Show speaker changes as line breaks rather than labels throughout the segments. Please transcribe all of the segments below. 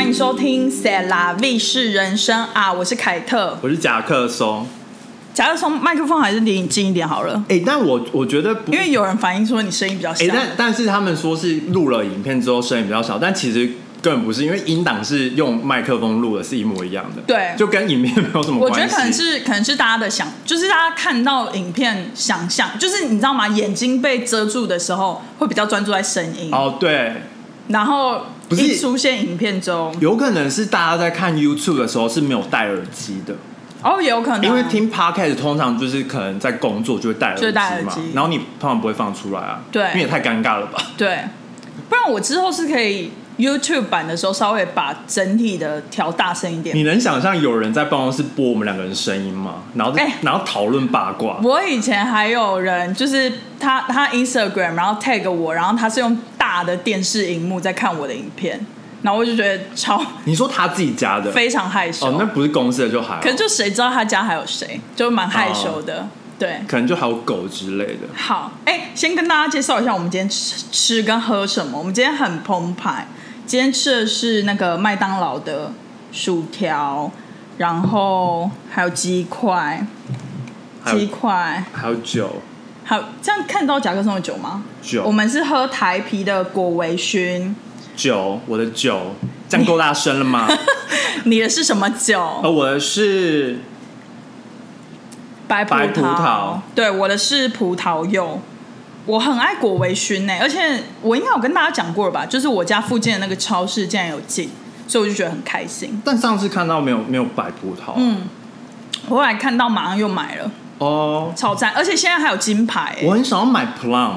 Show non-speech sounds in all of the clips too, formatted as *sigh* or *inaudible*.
迎收听《塞拉卫视人生》啊，我是凯特。
我是夹克松。
假如从麦克风还是离你近一点好了，
哎、但我我觉得不，
因为有人反映说你声音比较小
哎、。但但是他们说是录了影片之后声音比较小，但其实根本不是，因为音档是用麦克风录的，是一模一样的，
对
就跟影片没有什么
我觉
关系。
得可能是可能是大家的想，就是大家看到影片想象，就是你知道吗？眼睛被遮住的时候会比较专注在声音，
哦，对，
然后
不是
一出现影片中，
有可能是大家在看 YouTube 的时候是没有戴耳机的，
哦，也有可能
因为听 Podcast 通常就是可能在工作就会戴耳
就
机
会戴耳
嘛
机，
然后你通常不会放出来啊，
对
因为也太尴尬了
*laughs*
吧？
对，不然我之后是可以 YouTube 版的时候稍微把整体的调大声一点。
你能想象有人在办公室播我们两个人声音吗？然后、
哎
然后讨论八卦，
我以前还有人，就是他他 Instagram，然后 tag 我，然后他是用大的电视荧幕在看我的影片，然后我就觉得超
你说他自己家的
非常害羞。
哦，那哦不是公司的就还好，
可是就谁知道他家还有谁，就蛮害羞的。对，
可能就还有狗之类的。
好，哎、先跟大家介绍一下我们今天吃吃跟喝什么。我们今天很澎湃，今天吃的是那个麦当劳的薯条，然后还有鸡块，
还
鸡
有
块，
还有酒
还有这样看到甲壳虫的酒吗？
酒
我们是喝台啤的果维醺，
酒，我的酒，这样够大声
*laughs*
了吗？
你的是什么酒？
呃，我的是
白葡
白葡萄
对，我的是葡萄柚。我很爱果维醺呢、而且我应该有跟大家讲过了吧？就是我家附近的那个超市竟然有进，所以我就觉得很开心。
但上次看到没有没有白葡萄，
嗯，我后来看到马上又买了，
哦，
超赞！而且现在还有金牌、欸
我，很想要买 plum，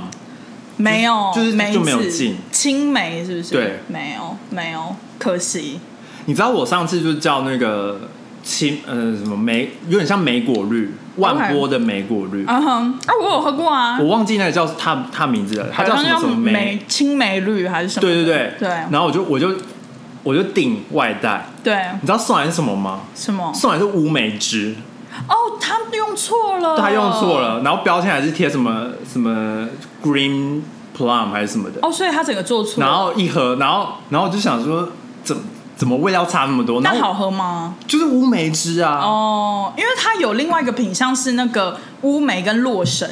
没有，
就是
梅
就没有
子
进
青梅是不是？
对
没有，没有，可惜。
你知道我上次就叫那个青呃什么莓，有点像莓果绿，万波的莓果绿
嗯哼，啊，我有喝过啊，
我忘记那个叫它它名字了，它叫
好
什
像
么什么
梅
莓，
青梅绿还是什么的？
对对对
对
然后我就我就我就订外带，
对，
你知道送来是什么吗？
什么？
送来是乌梅汁。
哦，他用错了，
他用错。了，然后标签还是贴什么什么 green plum 还是什么的，
哦，所以他整个做错了。
然后一盒，然后然后我就想说，怎怎么味道差那么多？
那
然后
好喝吗？
就是乌梅汁啊，
哦，因为它有另外一个品相是那个乌梅跟洛神，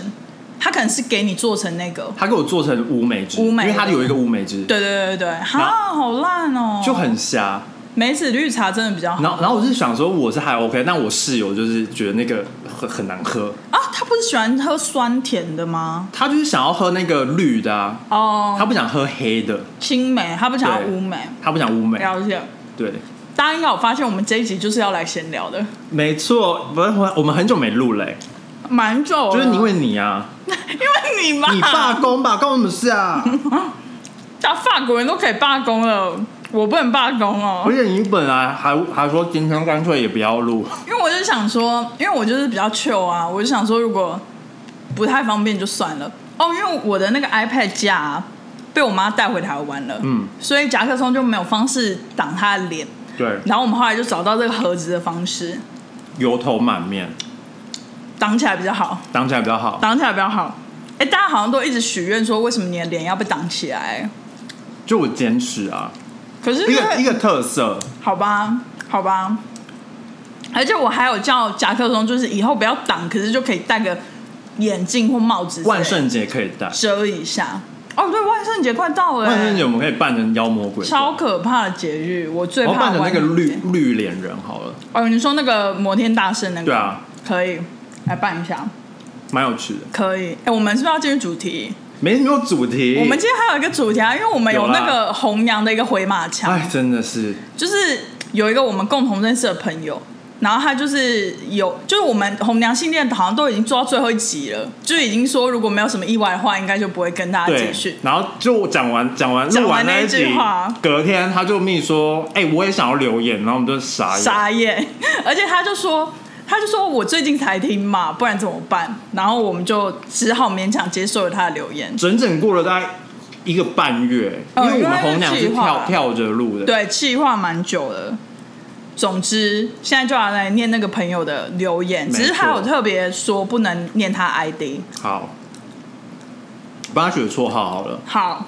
它可能是给你做成那个。
他给我做成乌梅汁，
乌梅
因为它有一个乌梅汁，
对对对对对，哈，好烂哦，
就很瞎。
梅子绿茶真的比较好
然后然后我是想说我是还 OK，但我室友就是觉得那个很很难喝，
啊。他不是喜欢喝酸甜的吗？
他就是想要喝那个绿的啊，
哦，
他不想喝黑的，
青梅，他不想要
对
乌梅。
他不想乌梅，
了解，
对。
大家应该有发现，我们这一集就是要来闲聊的，
没错，不是我我们很久没录嘞、
蛮久了，
就是因为你啊，
因为你嘛，
你罢工吧，关我们
*laughs*
事啊！
大啊法国人都可以罢工了，我不能罢工哦
而。且你本来还还说今天干脆也不要录，
因为我就想说，因为我就是比较 chill 啊，我就想说，如果不太方便就算了。哦，因为我的那个 iPad 架啊、被我妈带回台湾了，
嗯，
所以夹克松就没有方式挡她的脸。
对，
然后我们后来就找到这个盒子的方式，
油头满面，
挡起来比较好，
挡起来比较好。
挡起来比较好。哎，大家好像都一直许愿说，为什么你的脸要被挡起来？
就我坚持啊，
可是
一个一个特色，
好吧，好吧。而且我还有叫夹克松，就是以后不要挡，可是就可以戴个眼镜或帽子之类的，
万圣节可以戴，
遮一下。哦，对，万圣节快到了、
万圣节我们可以扮成妖魔鬼怪，
超可怕的节日，我最
然后
怕
扮成那个
万圣
绿
节
绿脸人好了，
哦，你说那个摩天大圣那个，
对啊，
可以来办一下，
蛮有趣的。
可以。哎，我们是不是要进入主题？
没没有主题，
我们今天还有一个主题啊，因为我们有
有啦
那个红娘的一个回马枪，
哎真的是
就是有一个我们共同认识的朋友，然后他就是有，就是我们红娘信恋好像都已经做到最后一集了，就已经说如果没有什么意外的话，应该就不会跟大家
对
啊继续。。
然后就我讲完讲完
讲
录
完
完
那
一
句
集
话，
隔天他就密说，哎，我也想要留言，然后我们就傻眼，
傻眼，而且他就说。他就说：“我最近才听嘛，不然怎么办？”然后我们就只好勉强接受了他的留言。
整整过了大概一个半月，
呃
因为我们红娘
因
是
为它是计划
跳跳着录的，
对，气话蛮久了。总之，现在就要来念那个朋友的留言，
没
只是他有
错
特别说不能念他 ID。
好，帮他取个绰号好了。
好，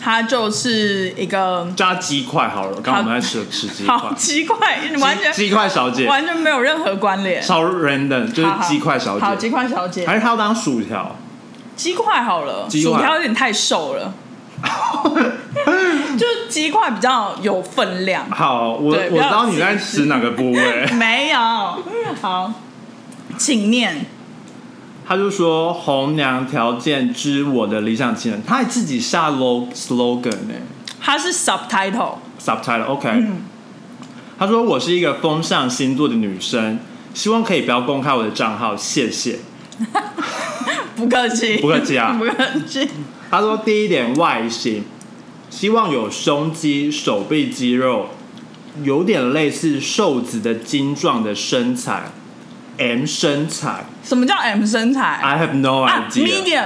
它就是一个
加鸡块好了，刚刚我们在吃吃鸡块
好，奇怪，完全
鸡鸡块小姐
完全没有任何关联。
超 random，就是鸡块小
好，
姐，
鸡块小姐，
还是她要当薯条？
鸡块好了，
鸡块
薯条有点太瘦
*laughs*
了，就是鸡块比较有分量。
好，我
对
我
不
知
要
道你
吃
在吃哪个
*laughs*
部位。
没有，好，请念。
他就说红娘条件之我的理想情人，他还自己下 lo slogan 呢、
它是 subtitle，
subtitle OK。他说我是一个风象星座的女生，希望可以不要公开我的账号，谢谢。
不客气，
不客气啊
*laughs* 不客气。
他说第一点外形，希望有胸肌、手臂肌肉，有点类似瘦子的精壮的身材，M 身材。
什么叫 M 身材
I have no
啊
idea，、
？Medium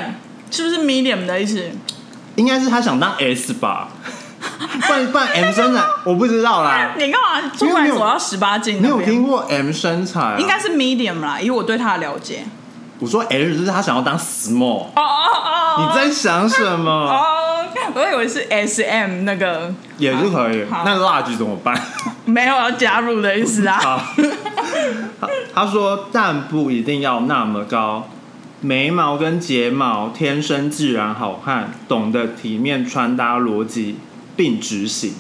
是不是 medium 的意思？
应该是他想当 S 吧，不然不然 M 身材我不知道
*laughs*
啦。
你干嘛突
啊没
然
有
走到十八禁
你
那
有听
边？
过 M 身材、啊？
应该是 medium 啦，以我对它的了解。
我说 H 就是他想要当 small，、
哦哦哦，哦
你在想什么？
哦，我以为是 S M 那个
也是可以。
好
那蜡菊怎么
*laughs*
办？
没有要加入的意思啊。
好，他他说但不一定要那么高，眉毛跟睫毛天生自然好看，懂得体面穿搭逻辑并执行。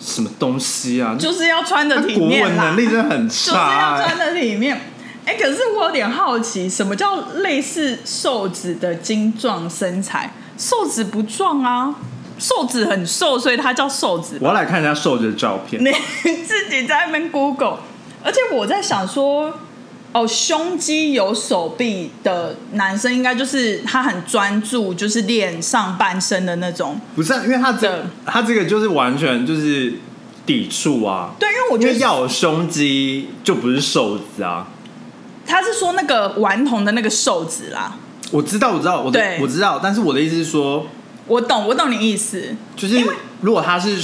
什么东西啊？
就是要穿的
他
体
国
面
文
啦
能，力真的很
就是要
差、欸
穿。的体面。哎、可是我有点好奇，什么叫类似瘦子的精壮身材？瘦子不壮啊，瘦子很瘦，所以他叫瘦子吧。
我要来看一下瘦子的照
*laughs*
片。
你自己在那边 Google，而且我在想说，哦，胸肌有手臂的男生，应该就是他很专注，就是练上半身的那种。
不是啊、因为他这
对
他这个就是完全就是抵触啊。
对，因为我
因
觉
为
得
要有胸肌就不是瘦子啊！
他是说那个顽童的那个瘦子啦，
我知道，我知道，我的
对
我知道，但是我的意思是说，
我懂，我懂你意思。
就是如果他是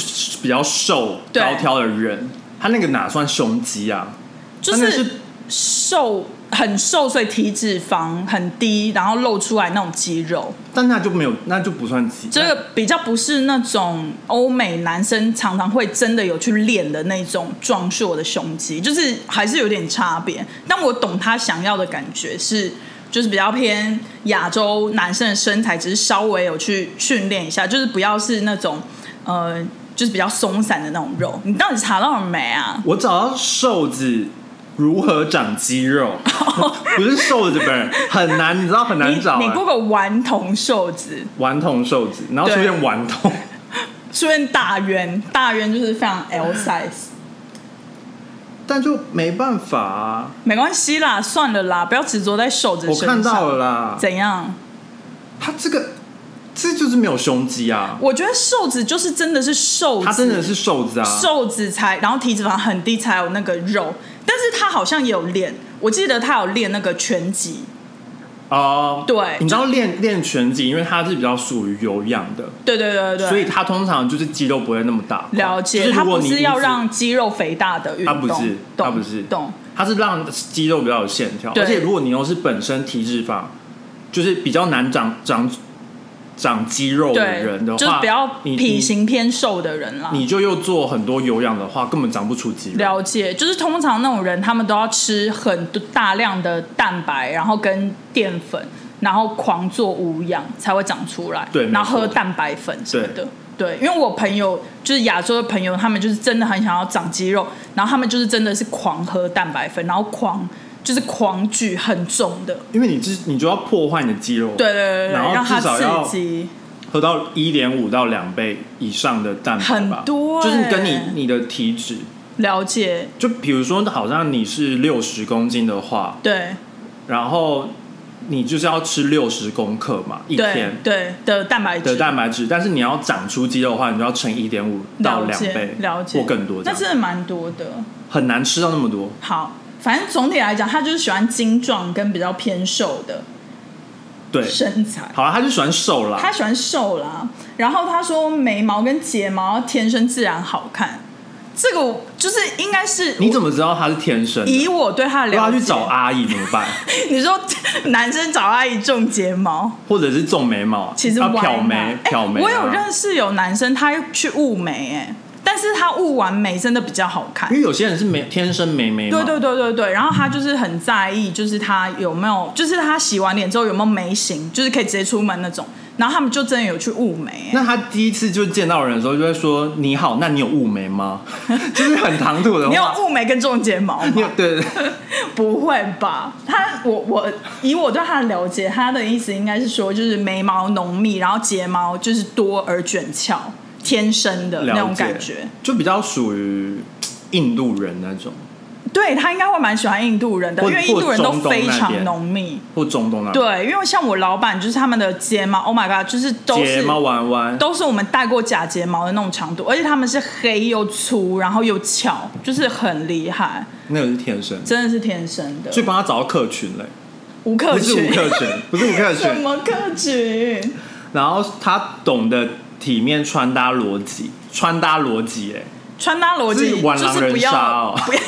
比较瘦、
对
高挑的人，他那个哪算胸肌啊？
就
真的
是
是
瘦很瘦，所以体脂肪很低，然后露出来那种肌肉，
但那就没有，那就不算肌。
这个比较不是那种欧美男生常常会真的有去练的那种壮硕的胸肌，就是还是有点差别。但我懂他想要的感觉是。就是比较偏亚洲男生的身材，只是稍微有去训练一下，就是不要是那种呃，就是比较松散的那种肉。你到底查到了没啊？
我找到瘦子如何长肌
*laughs*
肉，不是瘦子本人很难，你知道很难找、
你你
欸。
Google 顽童瘦子，
顽童瘦子，然后出
对
现
*laughs*
顽童，
出现大圆，大圆就是非常 L size，
但就没办法啊！
没关系啦，算了啦，不要执着在瘦子
我
身上。
看到了啦，
怎样？
他这个这就是没有胸肌啊。
我觉得瘦子就是真的是瘦子，
他真的是瘦子啊！
瘦子才，然后体脂肪很低才有那个肉，但是他好像也有练，我记得他有练那个拳击，
哦、
对
你知道练练拳击，因为他是比较属于有氧的，
对对对对，
所以他通常就是肌肉不会那么大。
了
就是
解，
如
他
果
不
你
是要
一直
让肌肉肥大的运
他
动，
不是
懂
他不是
懂，
他是让肌肉比较有线条，
对
而且如果你又是本身体脂肪，就是比较难长长长肌肉的
对
人的，话，
就是不要
你
体型偏瘦的人啦。
你，你就又做很多有氧的话，根本长不出肌肉。
了解，就是通常那种人，他们都要吃很多大量的蛋白，然后跟淀粉，然后狂做无氧才会长出来。
对没错
然后喝蛋白粉什么的。对，因为我朋友就是亚洲的朋友，他们就是真的很想要长肌肉，然后他们就是真的是狂喝蛋白粉，然后狂就是狂举很重的，
因为你就你就要破坏你的肌肉，
对对对对
然后
对，让它
至少要
刺激。
喝到一点五到两倍以上的蛋白吧，
很多欸
就是跟你你的体脂，
了解，
就比如说好像你是六十公斤的话，
对
然后你就是要吃六十公克嘛一
对
天
对的蛋白
的
质。
蛋白质，但是你要长出肌肉的话，你就要乘一点五到
了
两
解
倍，
了解
或更多这
那
样，
真的蛮多的。
很难吃到那么多。
好，反正总体来讲，他就是喜欢精壮跟比较偏瘦的
对，
身材。
好了，他就喜欢瘦啦
他，喜欢瘦啦，然后他说眉毛跟睫毛天生自然好看，这个我就是应该是
你怎么知道他是天生的？
以我对他的
如果
了
他
解，
去找阿姨怎么办？
*laughs* 你说男生找阿姨种睫毛，
或者是种眉毛？
其实
啊，
歪嘛
漂眉
哎，
漂眉啊。
我有认识有男生他去雾眉，哎，但是他雾完眉真的比较好看
因。为有些人是眉天生眉眉嘛
对对对对对，然后他就是很在意，就是他有没有，就是他洗完脸之后有没有眉形，就是可以直接出门那种。然后他们就真的 *laughs* 有去雾眉，哎
那他第一次就见到人的时候，就会说：“你好，那你有雾眉吗？” *laughs* 就是很唐突的
你有
话。
雾眉跟种睫毛吗？
*laughs* 你有
*laughs*
对对对
不会吧？他我我以我对他的了解，他的意思应该是说，就是眉毛浓密，然后睫毛就是多而卷翘，天生的那
了
种
解
感觉。
就比较属于印度人那种，
对他应该会蛮喜欢印度人的，
或
因为印度人都
或中东
非
那边
常浓密。
或中东那边
对，因为像我老板，就是他们的睫毛，Oh my god，就是都
睫
是
毛弯弯，
都是我们戴过假睫毛的那种长度，而且他们是黑又粗，然后又翘，就是很厉害，
那个是天生，
真的是天生的
所。以帮他找到客群嘞，
吴克
不是吴
群，
克
*laughs*
群，不是吴克
什
群，
么克群？
然后他懂得体面穿搭逻辑，穿搭逻辑嘞，
穿搭逻
自
辑
己玩
就
狼
是不
人
要，
杀哦
不要，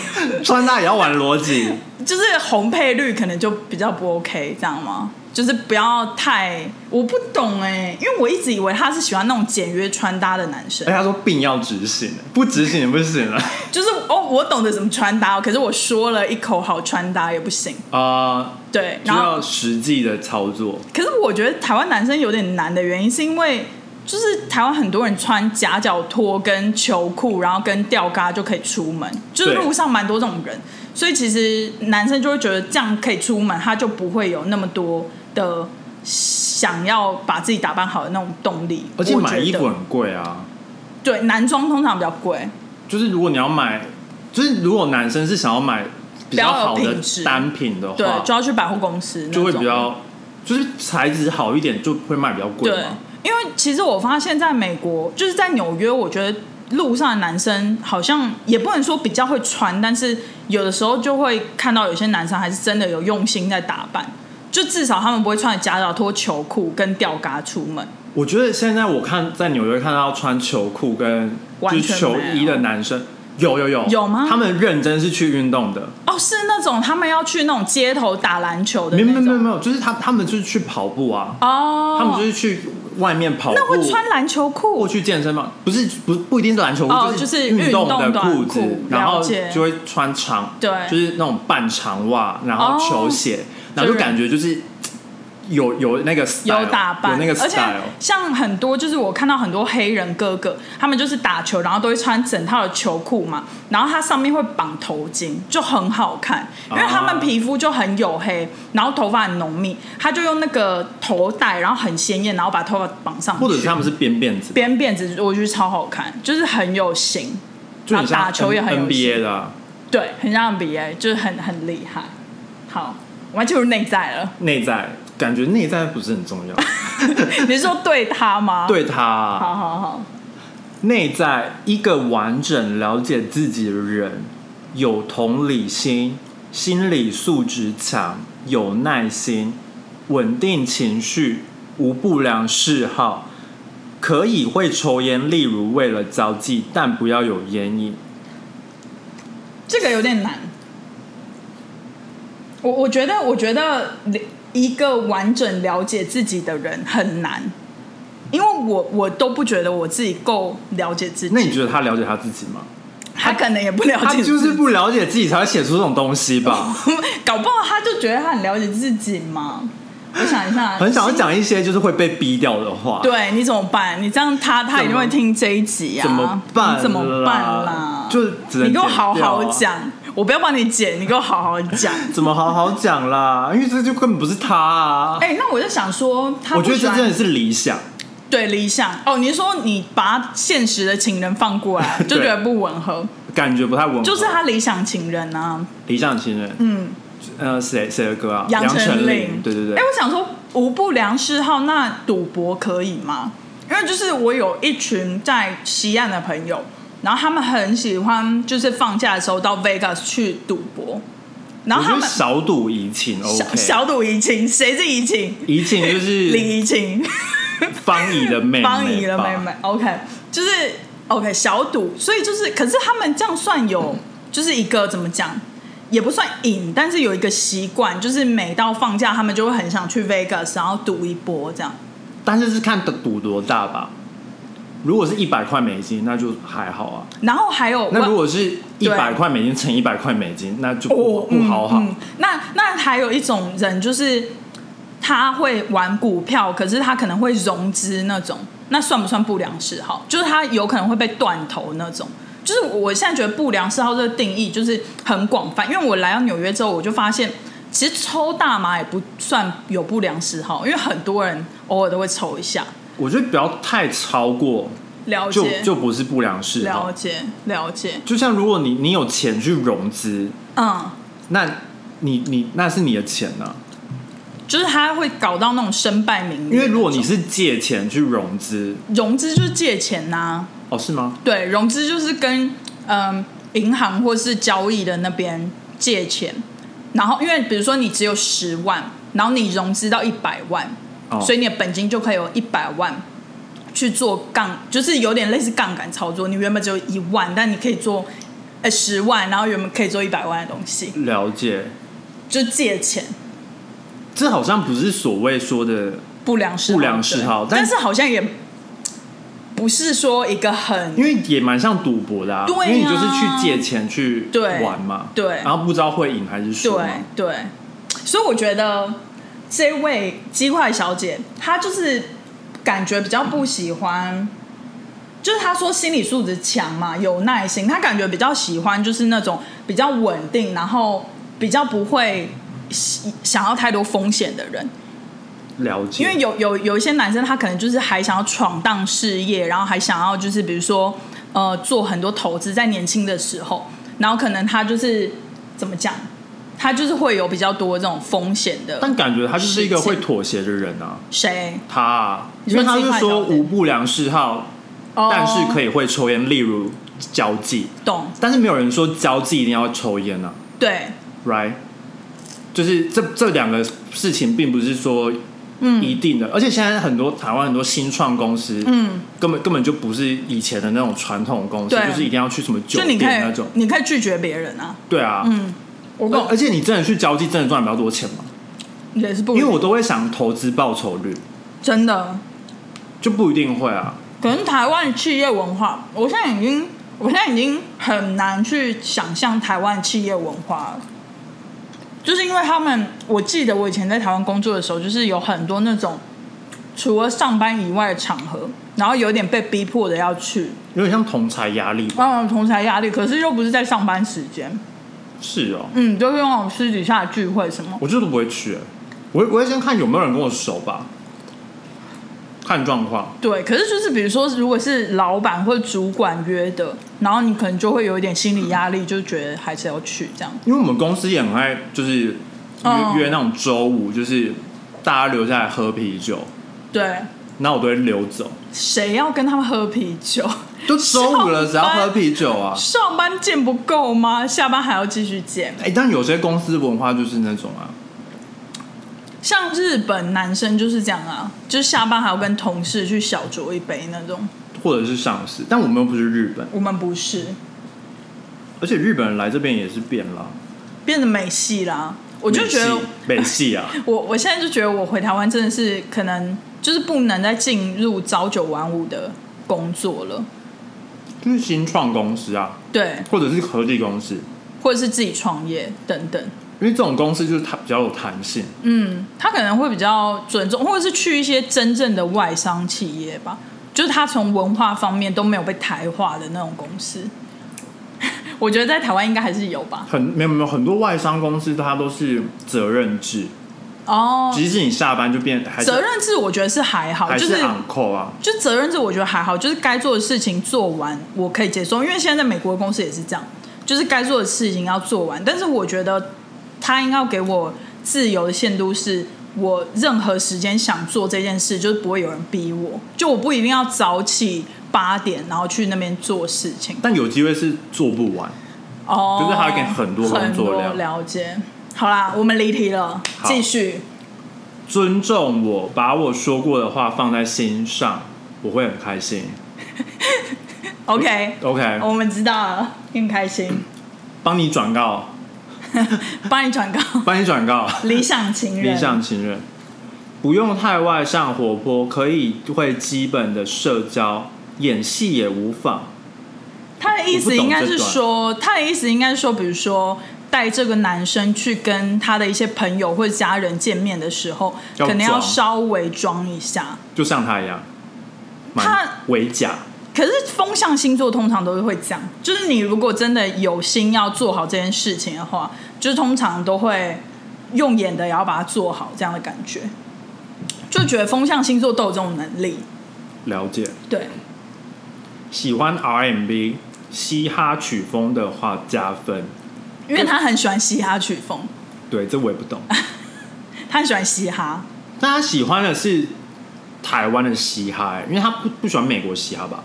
穿搭也要玩逻
*laughs*
辑，
就是红配绿可能就比较不 OK，这样吗？就是不要太，我不懂哎、因为我一直以为他是喜欢那种简约穿搭的男生
而且，哎他说病要执行，不执行也不行了
就是哦，我懂得怎么穿搭，可是我说了一口好穿搭也不行，
啊，
对，
就
然后
要实际的操作，
可是我觉得台湾男生有点难的原因，是因为就是台湾很多人穿夹脚拖跟球裤，然后跟吊嘎就可以出门，就是
对
路上蛮多这种人，所以其实男生就会觉得这样可以出门，他就不会有那么多的想要把自己打扮好的那种动力。
而且
我觉
买
得
衣服很贵啊，
对男装通常比较贵，
就是如果你要买，就是如果男生是想要买比较好
比较有
的
品质
单品的
对
话，，
就要去百货公司那
就会
种
比较，就是材质好一点就会卖比较贵
对
嘛。，
因为其实我发现，在美国，就是在纽约，我觉得路上的男生好像也不能说比较会穿，但是有的时候就会看到有些男生还是真的有用心在打扮，就至少他们不会穿着夹脚拖、球裤跟吊嘎出门。
我觉得现在我看在纽约看到穿球裤跟就
完全
是球衣的男生，有有有
有吗
他们认真是去运动的，
哦，是那种他们要去那种街头打篮球的
没有
那
没有没有
种
没有，就是他他们就是去跑步啊，
哦，
他们就是去外面跑
那会
步。
穿篮球
或
裤，
去健身房，不是不不一定是篮球裤，
哦就是
运动
运
的
动短
裤子
裤，
然后
了解
就会穿长，
对
就是那种半长袜，然后
哦
球鞋，然后
就
就
是
感觉就是有有那个 style,
有打扮，
有那个
而且
style，
像很多就是我看到很多黑人哥哥，他们就是打球，然后都会穿整套的球裤嘛，然后它上面会绑头巾，就很好看，因为他
啊
们皮肤就很黝黑，然后头发很浓密，他就用那个头带，然后很鲜艳，然后把头发绑上去，
或者是他们是编辫子，
编辫子，我觉得超好看，就是很有型，
就很像
打球也很有
N- NBA 的啊
对，很像 NBA，就是很很厉害。好，我们进入内在了， *laughs*
内在，感觉内在不是很重要。
你是说对他吗？，
对他啊
好好好，
内在一个完整了解自己的人，有同理心，心理素质强，有耐心，稳定情绪，无不良嗜好，可以会抽烟，例如为了交际，但不要有烟瘾。
这个有点难。我我觉得，我觉得一个完整了解自己的人很难，因为我我都不觉得我自己够了解自己，
那你觉得他了解他自己吗？
他可能也不了
他
解自己，
就是不了解自己才会写出这种东西吧？
*laughs* 搞不好他就觉得他很了解自己嘛。我想一下，
*laughs* 很想要讲一些就是会被逼掉的话。
对你怎么办？你这样他他一定会听这一集啊，
怎么办啦
你怎么办啦？
就是只能
你给我好好
剪啊掉
讲，我不要帮你剪，你给我好好
*laughs*
讲。
怎么好好讲啦？因为这就根本不是他啊！
哎、那我就想说，他
我
不
觉得
喜
这
欢
真的是理想，
对理想哦，你是说你把现实的情人放过
*laughs*
来，就觉得不吻合，
感觉不太吻合。
就是他理想情人啊，
理想情人，
嗯，
呃，谁谁的歌啊？
杨
丞
丞
琳，对对对
哎、。我想说无不良嗜好，那赌博可以吗？因为就是我有一群在西岸的朋友，然后他们很喜欢，就是放假的时候到 Vegas 去赌博，然
我
后
觉
他
得
们
小赌怡情
小、
，OK。
小赌怡情，谁是怡情？
怡情就是
*laughs* 李怡情。
方怡的妹妹吧，
方怡的妹妹。OK，就是 OK，小赌，所以就是，可是他们这样算有，就是一个怎么讲，也不算瘾，但是有一个习惯，就是每到放假，他们就会很想去 Vegas，然后赌一波这样。
但是是看赌多大吧。如果是一百块美金，那就还好啊。
然后还有，
那如果是一
对
百块美金乘一百块美金，那就不、
哦
不好好。
嗯嗯那那还有一种人就是他会玩股票，可是他可能会融资那种，那算不算不良嗜好？就是他有可能会被断头那种。就是我现在觉得不良嗜好这个定义就是很广泛，因为我来到纽约之后，我就发现其实抽大麻也不算有不良嗜好，因为很多人偶尔都会抽一下。
我觉得不要太超过，
了
就
解，
就不是不良嗜好
了。解，了解，
就像如果你你有钱去融资，
嗯。
那你你那是你的钱啊呐、
就是他会搞到那种身败名裂那种，
因为如果你是借钱去融资，
融资就是借钱呐、
哦是吗？
对，融资就是跟嗯银行或是交易的那边借钱，然后因为比如说你只有十万，然后你融资到一百万，
哦，
所以你的本金就可以有一百万去做杠，就是有点类似杠杆操作。你原本只有一万，但你可以做呃十万，然后原本可以做一百万的东西，
了解。
就借钱
这好像不是所谓说的
不良嗜好
不良嗜好
对
但
但是好像也不是说一个很
因为也蛮像赌博的、啊，
对啊
因为你就是去借钱去
对
玩嘛，
对
然后不知道会赢还是输嘛
对，对，所以我觉得这位鸡块小姐，她就是感觉比较不喜欢，就是她说心理素质强嘛，有耐心，她感觉比较喜欢就是那种比较稳定，然后比较不会喜想要太多风险的人。
了解，
因为有有有一些男生，他可能就是还想要闯荡事业，然后还想要就是比如说呃做很多投资，在年轻的时候，然后可能他就是怎么讲，他就是会有比较多这种风险的。
但感觉他就是一个
实践
会妥协的人啊，
谁？
他啊，
你
因
说
为他是
计划
说
调整
无不良嗜好，
哦
但是可
以
以会抽烟，例如交际，
懂
但是没有人说交际一定要抽烟啊
对，
，right？就是这这两个事情，并不是说一
嗯
定的，而且现在很多台湾很多新创公司，
嗯，
根本根本就不是以前的那种传统公司，
对
就是一定要去什么酒
就你
店
可
那
以
种，
你可以拒绝别人啊，
对啊，
嗯，我
而
懂
而且你真的去交际，真的赚比较多钱嘛？
也是不
因为我都会想投资报酬率，
真的，
就不一定会啊。
可能台湾企业文化，我现在已经我现在已经很难去想象台湾企业文化了，就是因为他们，我记得我以前在台湾工作的时候，就是有很多那种除了上班以外的场合，然后有点被逼迫的要去，
有点像同财压力吧，
嗯，同才压力，可是又不是在上班时间，
是哦，
嗯，就是那种私底下的聚会什么，
我就是不会去、欸，我我会先看有没有人跟我熟吧，看状况。
对，可是就是比如说，如果是老板或主管约的，然后你可能就会有一点心理压力，就觉得还是要去这样。
因为我们公司也很爱，就是约、
嗯
约那种周五，就是大家留下来喝啤酒，
对，
然后我都会溜走。
谁要跟他们喝啤酒？
就周五了，只
上
要
班
喝啤酒啊。
上班见不够吗？下班还要继续见？
哎、但有些公司文化就是那种啊，
像日本男生就是这样啊，就是下班还要跟同事去小酌一杯那种。
或者是上市，但我们又不是日本，
我们不是，
而且日本人来这边也是变了，
变得美系啦。我就觉得
美
*laughs*
系啊，
我我现在就觉得我回台湾真的是可能就是不能再进入朝九晚五的工作了，
就是新创公司啊，
对，
或者是科技公司，
或者是自己创业等等。
因为这种公司就是它比较有弹性。
嗯，他可能会比较尊重，或者是去一些真正的外商企业吧，就是他从文化方面都没有被台化的那种公司。 *laughs* 我觉得在台湾应该还是有吧。
很没有没有很多外商公司，它都是责任制，
哦，
即使你下班就变还是
责任制我觉得是还好，
还
就是是
on call 啊，
就责任制我觉得还好，就是该做的事情做完我可以接受，因为现在在美国的公司也是这样，就是该做的事情要做完。但是我觉得他应该要给我自由的限度是。我任何时间想做这件事，就是不会有人逼我，就我不一定要早起八点，然后去那边做事情。
但有机会是做不完。
哦，
就是他给很多工作量
很多了解。好啦，我们离题了，
好
继续。
尊重我，把我说过的话放在心上，我会很开心。
OK，
OK，
我们知道了，很开心，
帮你转告，
帮你
*laughs*
转告
帮你转告。
理想情人。
理想情人，不用太外向活泼，可以会基本的社交，演戏也无妨。
他的意
我不
思
懂
应该
这
是
段
说，他的意思应该是说，比如说带这个男生去跟他的一些朋友或者家人见面的时候，
要
可能要
装
稍微装一下。
就像他一样，蛮
他
伪假。
可是风象星座通常都是会这样，就是你如果真的有心要做好这件事情的话，就是通常都会用演的也要把它做好，这样的感觉，就觉得风象星座都有这种能力。
了解，
对，
喜欢 RMB 嘻哈曲风的话加分。
因为他很喜欢嘻哈曲风，
对，这我也不懂。
他很喜欢嘻哈，
但他喜欢的是台湾的嘻哈、因为他不不喜欢美国嘻哈吧？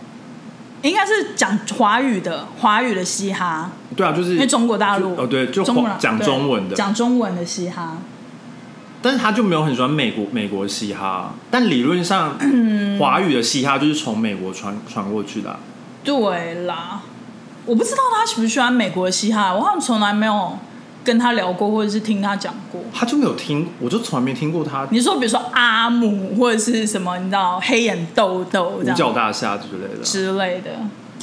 应该是讲华语的华语的嘻哈，
对啊，就是
因为中国大陆
就哦对，就
中文啊
讲
对
中文的，
讲中文的嘻哈，
但是他就没有很喜欢美国美国嘻哈，但理论上，
嗯
华语的嘻哈就是从美国传传过去的啊、
对啦，我不知道他喜不喜欢美国的嘻哈，我好像从来没有跟他聊过，或者是听他讲过。
他就没有听，我就从来没听过他
你说比如说阿姆或者是什么，你知道黑眼豆豆
五
这
角
样
大厦之类的。
之类的。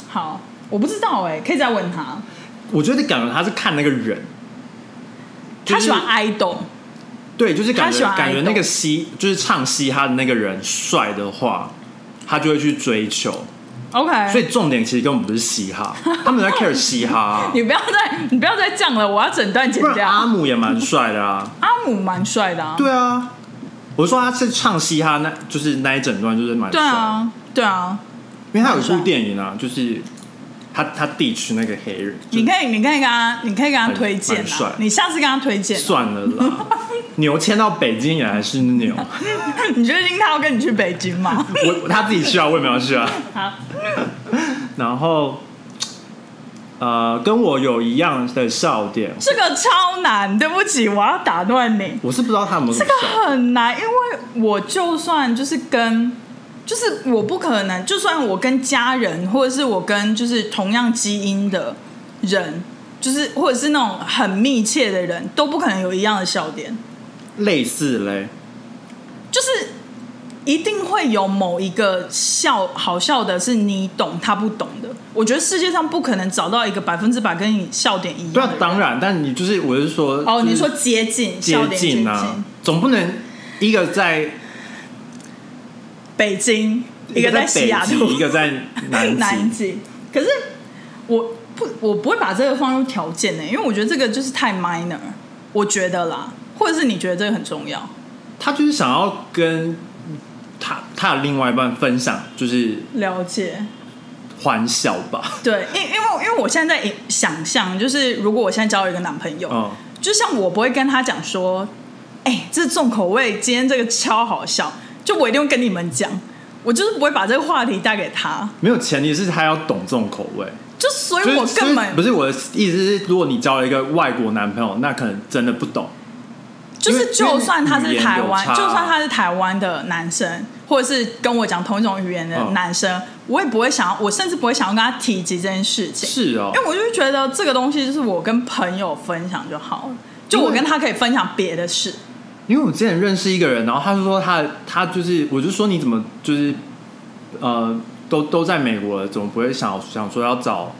好，我不知道哎、可以再问他。
我觉得感觉他是看那个人，就
他
是
喜欢 idol，
对，就是感
他
觉
喜欢
感觉
idol
那个嘻就是唱嘻哈的那个人帅的话，他就会去追求。
OK，
所以重点其实根本不是嘻
*laughs*
哈，他们在 care 嘻哈啊、
你不要再你不要再讲了，我要整段剪
不然
掉。
阿姆也蛮帅的啊。
*laughs* 阿姆蛮帅的啊，
对啊，我说他是唱嘻哈，那就是那一整段就是蛮帅
对
的。
啊，对啊。
因为他有一部电影啊，就是他他弟去那个黑人，
你可以，你可以跟他，你可以跟他
很
推荐
很帅
啊。你下次跟他推荐
就
啊，
算了啦。牛迁到北京也还是牛，
*laughs* 你确定他要跟你去北京
*laughs*
吗？
我他自己去啊，我也没有去啊。
好，
然后，呃，跟我有一样的笑点，
这个超难，对不起，我要打断你。
我是不知道他有没有
这
什么
个
笑。
很难，因为我就算就是跟，就是我不可能，就算我跟家人，或者是我跟就是同样基因的人，就是或者是那种很密切的人，都不可能有一样的笑点，
类似嘞，
就是一定会有某一个笑好笑的，是你懂他不懂的。我觉得世界上不可能找到一个百分之百跟你笑点一样的
对啊
人。，
当然，但你就是我是说，
哦，
就是
你说接近笑
接
点
近啊，总不能一个在
北京，一个在
在
西
北
雅图
极，一，
*laughs*
个在南
南
极，
极。可是我不，我不会把这个放入条件欸呢、因为我觉得这个就是太 minor，我觉得啦，或者是你觉得这个很重要？
他就是想要跟他他的另外一半分享，就是
了解，
欢笑吧。
对，因因为因为我现在在想象，就是如果我现在交了一个男朋友，
嗯，
就像我不会跟他讲说，哎、这重口味，今天这个超好笑，就我一定会跟你们讲，我就是不会把这个话题带给他，
没有前提是他要懂这种口味。
就所
就
以
是
哎我根本
就是不是我的意思是，如果你交了一个外国男朋友，那可能真的不懂。
就是就算他是台湾，
因为语言有差
就算他是台湾的男生，或者是跟我讲同一种语言的
嗯
男生，我也不会想要，我甚至不会想要跟他提及这件事情，
是哦
因，为我就觉得这个东西就是我跟朋友分享就好了，就我
因为
跟他可以分享别的事。
因为我之前认识一个人，然后他就说他他就是，我就说你怎么就是呃都都在美国了，怎么不会想想说要找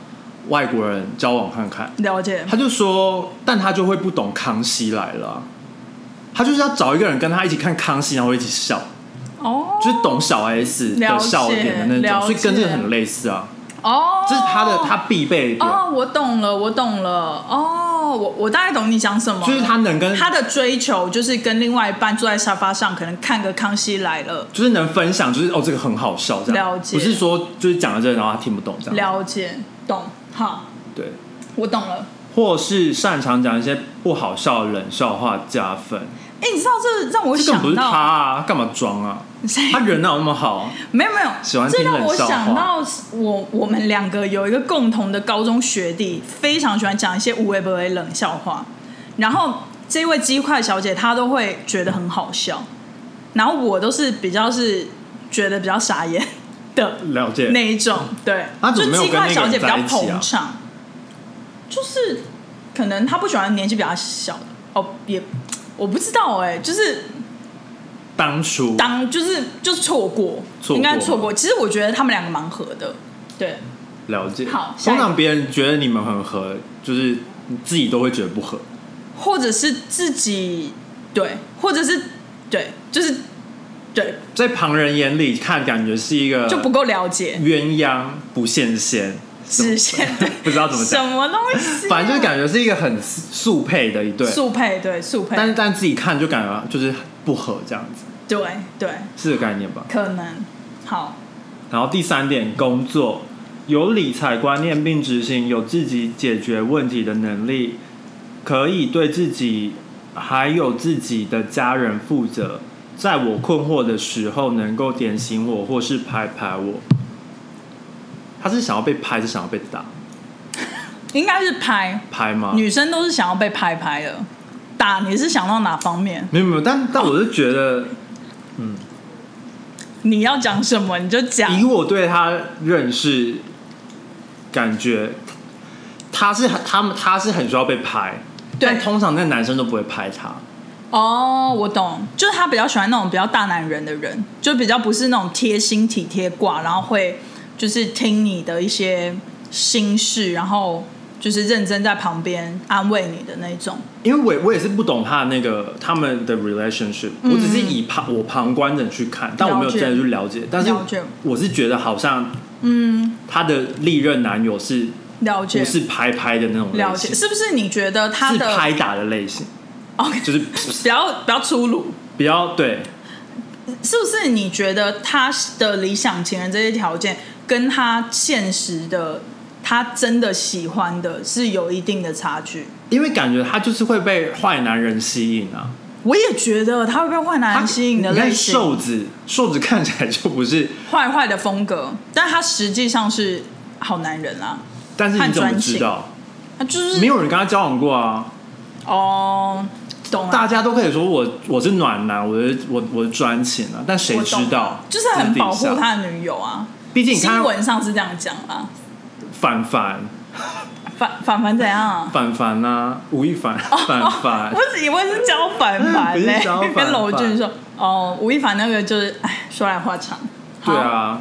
外国人交往看看？
了解，
他就说，但他就会不懂《康熙来了啊》，他就是要找一个人跟他一起看《康熙》，然后一起笑，
哦
就是懂小 S 的笑点的那
了
种，
解
所以跟这个很类似啊。
哦，
这是他的他必备的，
哦，我懂了，我懂了，哦，我我大概懂你讲什么了，
就是他能跟
他的追求就是跟另外一半坐在沙发上，可能看个《康熙来了》。
就是能分享，就是哦这个很好笑这样，
了解
不是说就是讲了这个然后他听不懂这样，
了解，懂，好，
对，
我懂了。
或是擅长讲一些不好笑的冷笑话加分，
哎、你知道这让我
这根本不
想
是他
到，
啊，干嘛装啊？
谁
他人哪有那么好？啊
没有没有
喜欢，
这
听
让
冷
我
笑
想
话
到我我们两个有一个共同的高中学弟，非常喜欢讲一些无微不微冷笑话，然后这位鸡块小姐她都会觉得很好笑，然后我都是比较是觉得比较傻眼，的
了解。
那一种，对，
他怎
就
么没有
鸡
跟那
块
个
小姐比较
人在一起啊
捧场，就是可能他不喜欢年纪比他小的，哦，也我不知道哎、就是
当初
当就是就是错过，
错过
应该错过。其实我觉得他们两个蛮合的，对，
了解。
好下一
通
个
常别人觉得你们很合，就是你自己都会觉得不合。
或者是自己对，或者是对，就是对
在旁人眼里看，感觉是一个
就不够了解，
鸳鸯不羡仙，
只限对
*laughs* 不知道怎么
什 *laughs*
讲，
么东西啊、
反正就是感觉是一个很速配的一对，
速配对速配，
但是但自己看就感觉就是不合这样子，
对对
是这个概念吧？
可能好。
然后第三点，工作有理财观念并执行有自己解决问题的能力，可以对自己还有自己的家人负责。在我困惑的时候，能够点醒我或是拍拍我。他是想要被拍，是想要被打
应该是拍，
拍吗？
女生都是想要被拍拍的。打你是想到哪方面？
没有没有，但但我是觉得，
你要讲什么你就讲。
以我对他认识，感觉他是他们他是很需要被拍，
对
但通常那男生都不会拍他。
哦，我懂，就是他比较喜欢那种比较大男人的人，就比较不是那种贴心体贴挂，然后会就是听你的一些心事，然后就是认真在旁边安慰你的那一种。
因为我也我也是不懂他的那个他们的 relationship，、我只是以旁我旁观者去看，但我没
嗯了
有
解
真的去了解。但是
了解
我是觉得好像
嗯，
他的历任男友是
了
不
解，
是拍拍的那种类
了解，
型，
是不是？你觉得他
是
的哦
拍打的类型，
*laughs* OK，
就是
比较比较粗鲁，
比较对
是不是你觉得他的理想情人这些条件跟他现实的他真的喜欢的是有一定的差距？
因为感觉他就是会被坏男人吸引啊，
我也觉得他会被坏男
他
人吸引的
你看
类型，
瘦子，瘦子看起来就不是，
坏坏的风格，但他实际上是好男人啊，
但是你怎
看
么
专情
知道？
他就是
没有人跟他交往过啊。
哦，懂了，
大家都可以说我我是暖男，我是我我是专情啊，但谁
我懂
知道？
就是很保
私
护
底下。
他的女友啊。
毕竟你
新
看
闻上是这样讲啦，
凡凡
反反反怎样啊？
凡凡啊，吴亦凡凡
哦
凡
我，只以为是教凡凡嘞
*laughs* 不是教，凡凡
跟娄俊说，哦，吴亦凡那个就是，哎，说来话长。好
对，啊，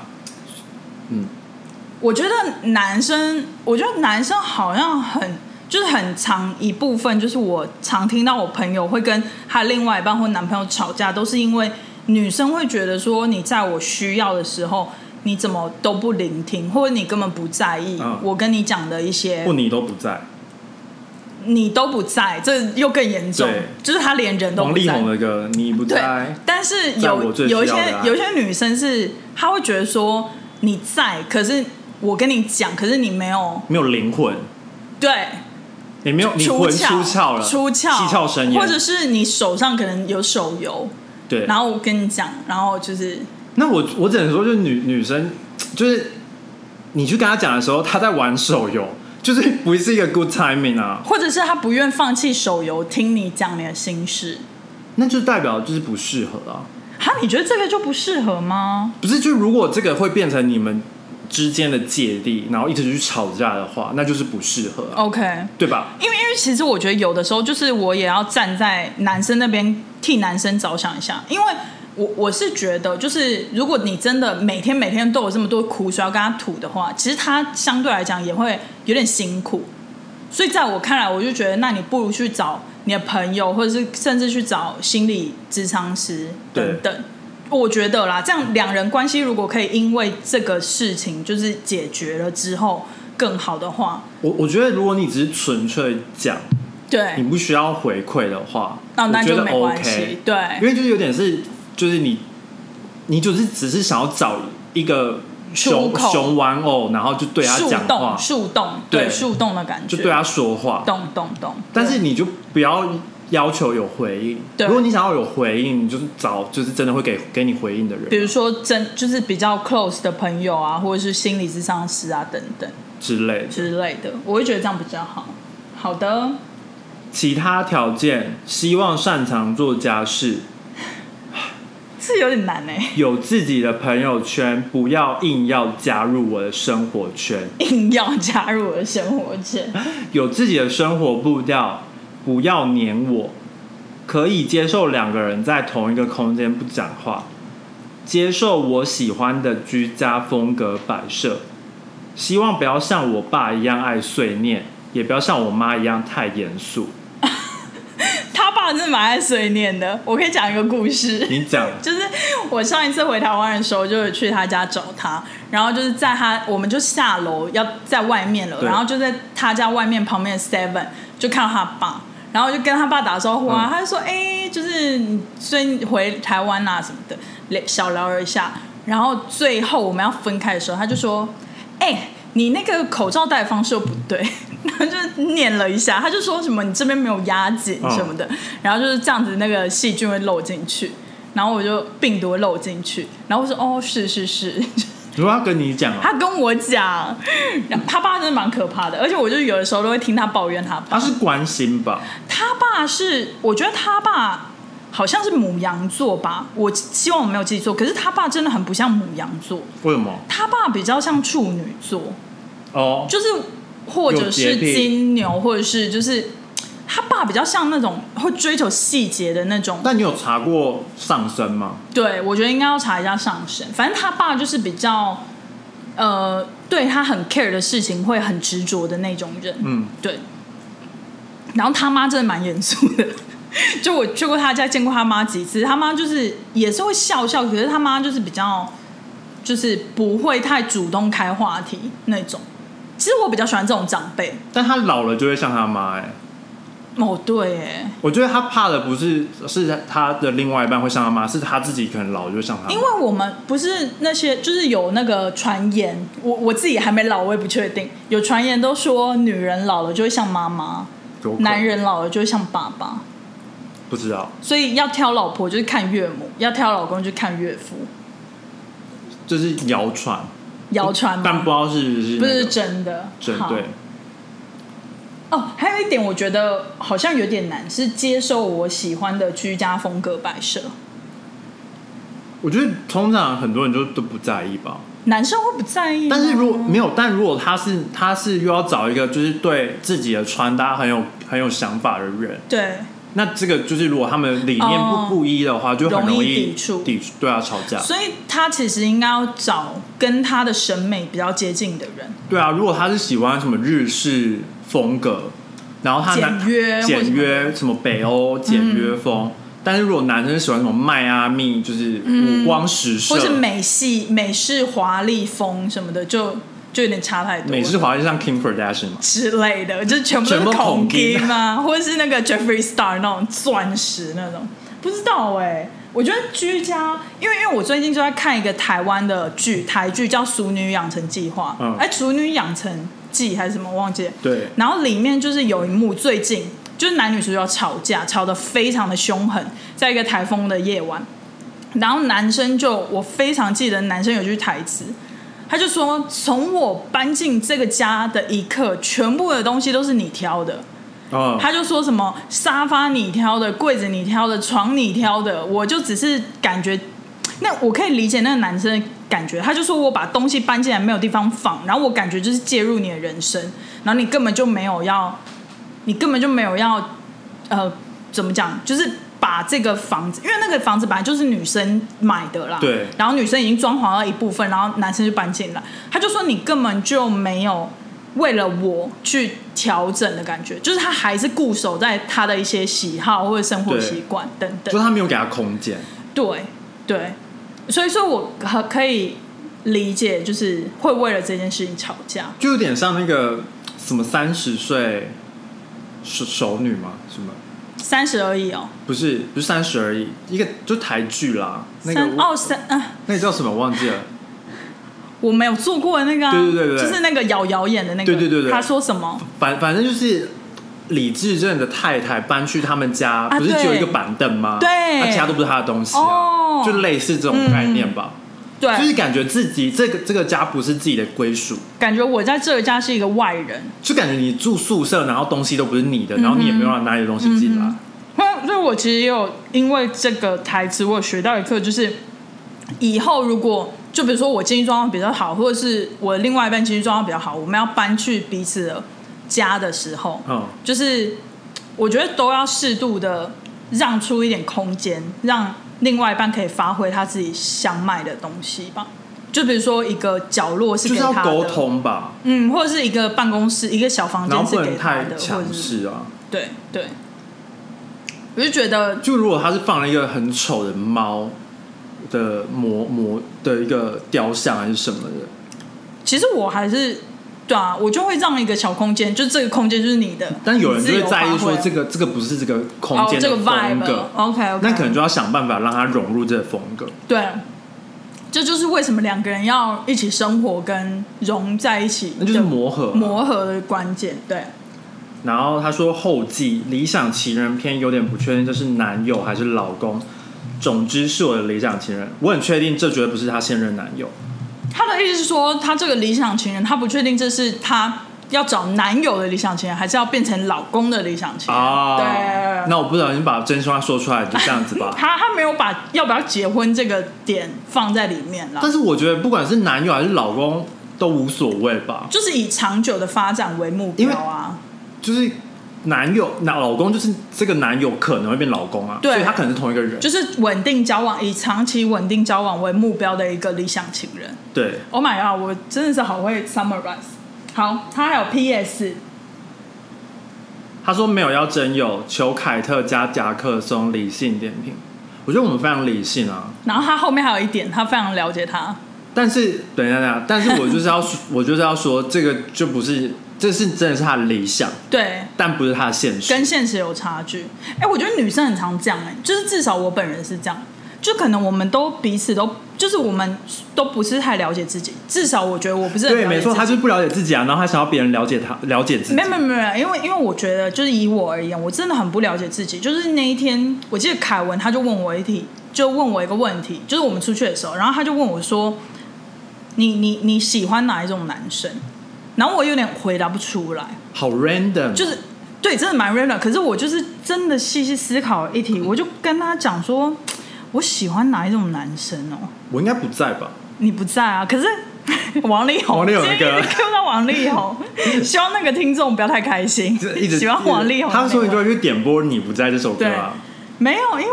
我觉得男生，我觉得男生好像很，就是很长一部分，就是我常听到我朋友会跟他另外一半或男朋友吵架，都是因为女生会觉得说，你在我需要的时候，你怎么都不聆听，或者你根本不在意
嗯
我跟你讲的一些
不，你都不在。
你都不在，这又更严重
对，
就是他连人都
王
不
力
在
宏。的歌你不
对
在，，
但是
在我
有
最需
有一
要
些
的啊
有一些女生是，她会觉得说你在，可是我跟你讲，可是你没有
没有灵魂，
对
你没有你
出
魂
窍
出窍了，
出窍
七窍生烟，
或者是你手上可能有手游，
对。
然后我跟你讲，然后就是
那我我只能说，就是女女生，就是你去跟她讲的时候，她在玩手游，就是不是一个 good timing 啊，
或者是她不愿放弃手游，听你讲你的心事，
那就代表就是不适合啊。
哈，你觉得这个就不适合吗？
不是，就如果这个会变成你们之间的芥蒂，然后一直去吵架的话，那就是不适合啊，
OK，
对吧？
因为因为其实我觉得有的时候就是我也要站在男生那边替男生着想一下，因为我我是觉得就是如果你真的每天每天都有这么多苦水要跟他吐的话，其实他相对来讲也会有点辛苦。所以在我看来，我就觉得那你不如去找你的朋友，或者是甚至去找心理咨商师等等。我觉得啦，这样两人关系如果可以因为这个事情就是解决了之后更好的话，
我我觉得，如果你只是纯粹讲，
对，
你不需要回馈的话，
哦，那
我觉
就
得
没关系。
OK，因
对，
为就是有点是，就是你，你就是只是想要找一个
出
熊
口
熊玩偶，然后就对他
树
讲话
洞，，树洞，
对
对，树洞的感觉，
就对他说话，
洞洞洞。
但
对
是你就不要要求有回应。
对
如果你想要有回应，你就是找就是真的会给给你回应的人，
比如说真就是比较 close 的朋友啊，或者是心理咨商师啊等等
之类的。
之类的，我会觉得这样比较好。好的，
其他条件，希望擅长做家事。
这是有点难哎、
有自己的朋友圈，不要硬要加入我的生活圈。
*laughs* 硬要加入我的生活圈。
有自己的生活步调，不要黏我。可以接受两个人在同一个空间不讲话，接受我喜欢的居家风格摆设。希望不要像我爸一样爱碎念，也不要像我妈一样太严肃。
他爸真的蛮爱碎念的，我可以讲一个故事。
你讲，
就是我上一次回台湾的时候，就是去他家找他，然后就是在他，我们就下楼要在外面了，
对
然后就在他家外面旁边的 Seven 就看到他爸，然后我就跟他爸打招呼啊，
嗯
他就说：“哎、就是你最回台湾啊什么的，聊小聊了一下。”然后最后我们要分开的时候，他就说：“哎、你那个口罩戴的方式又不对。” *laughs* 然后就念了一下，他就说什么你这边没有压紧
嗯
什么的，然后就是这样子，那个细菌会漏进去，然后我就病毒会漏进去，然后我说哦是是是， *laughs*
如果要跟你讲、啊，
他跟我讲，然后他爸真的蛮可怕的，而且我就有的时候都会听他抱怨他爸，
他是关心吧？
他爸是，我觉得他爸好像是母羊座吧，我希望我没有记错，可是他爸真的很不像母羊座，
为什么？
他爸比较像处女座，
哦，
就是或者
有洁
是
癖
金牛，或者是就是他爸比较像那种会追求细节的那种。
但你有查过上升吗？
对，我觉得应该要查一下上升。反正他爸就是比较呃，对他很 care 的事情会很执着的那种人。
嗯，
对。然后他妈真的蛮严肃的， *laughs* 就我去过他家见过他妈几次，他妈就是也是会笑笑，可是他妈就是比较就是不会太主动开话题那种。其实我比较喜欢这种长辈。
但他老了就会像他妈哎、
哦，对，哎，
我觉得他怕的不是是他的另外一半会像他妈，是他自己可能老就会像他妈。
因为我们不是那些，就是有那个传言，我我自己还没老，我也不确定。有传言都说女人老了就会像妈妈，
有可能
男人老了就会像爸爸，
不知道，
所以要挑老婆就是看岳母，要挑老公就看岳父。
就是谣传，
谣传吗
但不知道是不是、那
不
个
是真的，
真
好
对。
哦，还有一点我觉得好像有点难，是接受我喜欢的居家风格摆设。
我觉得通常很多人就都不在意吧，
男生会不在意吗，
但是如果没有，但如果他是他是又要找一个就是对自己的穿搭很有很有想法的人，
对
那这个就是如果他们理念不
哦
不一的话，就很
容易
易
抵触
抵对啊吵架。
所以他其实应该要找跟他的审美比较接近的人，
对啊，如果他是喜欢什么日式风格，然后他男
简约或什
简
么嗯
约什么北欧简约风，但是如果男生喜欢什么迈阿密，就是五光十
嗯
色，
或是美系、美式华丽风什么的，就就有点差太多。
美式华丽像 Kim Kardashian 嘛，
之类的，就是全部都是
全部
孔
孔金
金啊，或者是那个 Jeffree Star 那种钻石那种，不知道哎、我觉得居家，因为因为我最近就在看一个台湾的剧，台剧叫《熟女养成计划》，
嗯
哎、熟女养成记》还是什么忘记了。
对，
然后里面就是有一幕最近就是男女主角吵架，吵得非常的凶狠，在一个台风的夜晚，然后男生就我非常记得男生有句台词，他就说从我搬进这个家的一刻，全部的东西都是你挑的。
哦，
他就说什么沙发你挑的，柜子你挑的，床你挑的，我就只是感觉，那我可以理解那个男生的感觉。他就说我把东西搬进来没有地方放，然后我感觉就是介入你的人生，然后你根本就没有要，你根本就没有要，呃，怎么讲，就是。把这个房子，因为那个房子本来就是女生买的啦，
对
然后女生已经装潢到一部分，然后男生就搬进来，他就说你根本就没有为了我去调整的感觉，就是他还是固守在他的一些喜好或者生活习惯等
就
等。
他没有给他空间，
对对，所以说我可可以理解，就是会为了这件事情吵架。
就有点像那个什么三十岁熟熟女嘛，什么
三十而已哦，
不是不是三十而已，一个就台剧啦，那
三
个
哦三啊，
那个叫什么忘记了，
我没有做过的那个、啊，
对对对对
就是那个瑶瑶演的那个，
对对对对
他说什么？
反反正就是李智正的太太搬去他们家，
啊
不是只有
对
一个板凳吗？
对
他其他都不是他的东西啊，
哦嗯
就类似这种概念吧。
对，
就是感觉自己这个这个家不是自己的归属，
感觉我在这个家是一个外人，嗯
就感觉你住宿舍，然后东西都不是你的，然后你也没有让拿你的东西进来。
哼所以我其实也有因为这个台词，我有学到一课，就是以后如果就比如说我经济状况比较好，或者是我另外一半经济状况比较好，我们要搬去彼此的家的时候，
嗯，
就是我觉得都要适度的让出一点空间，让另外一半可以发挥他自己想买的东西吧。就比如说一个角落是
就
给
是要
他的，
沟通吧，
嗯，或者是一个办公室、一个小房
然
间
后
是
不
给
能
他
太
的，或者
强
是
势啊。
对对。我就觉得
就如果他是放了一个很丑的猫的模模的一个雕像还是什么的，
其实我还是对啊，我就会让一个小空间，就这个空间就是你的，
但有人就会在意说这
个
个这个不是这个空
啊哦，
间
这
的
个啊
风格，
vibe，OK OK，
那可能就要想办法让它融入这个风格。
对。这就是为什么两个人要一起生活跟融在一起，
那就是磨合啊、
磨合的关键。对，
然后他说后记理想情人篇有点不确定，这是男友还是老公？总之是我的理想情人，我很确定这绝对不是他现任男友。
他的意思是说，他这个理想情人，他不确定这是他要找男友的理想情人，还是要变成老公的理想情人。
哦，
对
那我不小心把真心话说出来，就这样子吧。
他他没有把要不要结婚这个点放在里面啦
但，是我觉得不管是男友还是老公都无所谓吧，
就是以长久的发展为目标啊。
就是男友、那老公就是这个男友可能会变老公啊，
对
所以他可能是同一个人。
就是稳定交往，以长期稳定交往为目标的一个理想情人。
对，
Oh my god，我真的是好会 summarize。好，他还有 PS，
他说没有要真友，求凯特加夹克松理性点评。我觉得我们非常理性啊，
然后他后面还有一点，他非常了解他，
但是等一下，等一下，但是我就是
*laughs*
要说，我就是要说，这个就不是，这是真的是他的理想，
对，
但不是他的现实。
跟现实有差距。哎、我觉得女生很常这样、哎，就是至少我本人是这样，就可能我们都彼此都，就是我们都不是太了解自己，至少我觉得我不是很
对，
了解
没
自
错，
己
他就是不了解自己啊，然后他想要别人了解他，了解自己
没。有没有没有，因为因为我觉得就是以我而言，我真的很不了解自己。就是那一天，我记得凯文他就问我一题，就问我一个问题，就是我们出去的时候，然后他就问我说：“你你你喜欢哪一种男生？”然后我有点回答不出来，
好 random，
就是对，真的蛮 random。可是我就是真的细细思考了一题，我就跟他讲说，我喜欢哪一种男生哦。
我应该不在吧？
你不在啊，可是王力宏，
王力宏那个
今天一直 Q 到王力
*laughs*
宏，希望那个听众不要太开心
就是一，直
*laughs* 喜欢王力宏的那位。
他说你就会去点播你不在这首歌啊。
没有，因为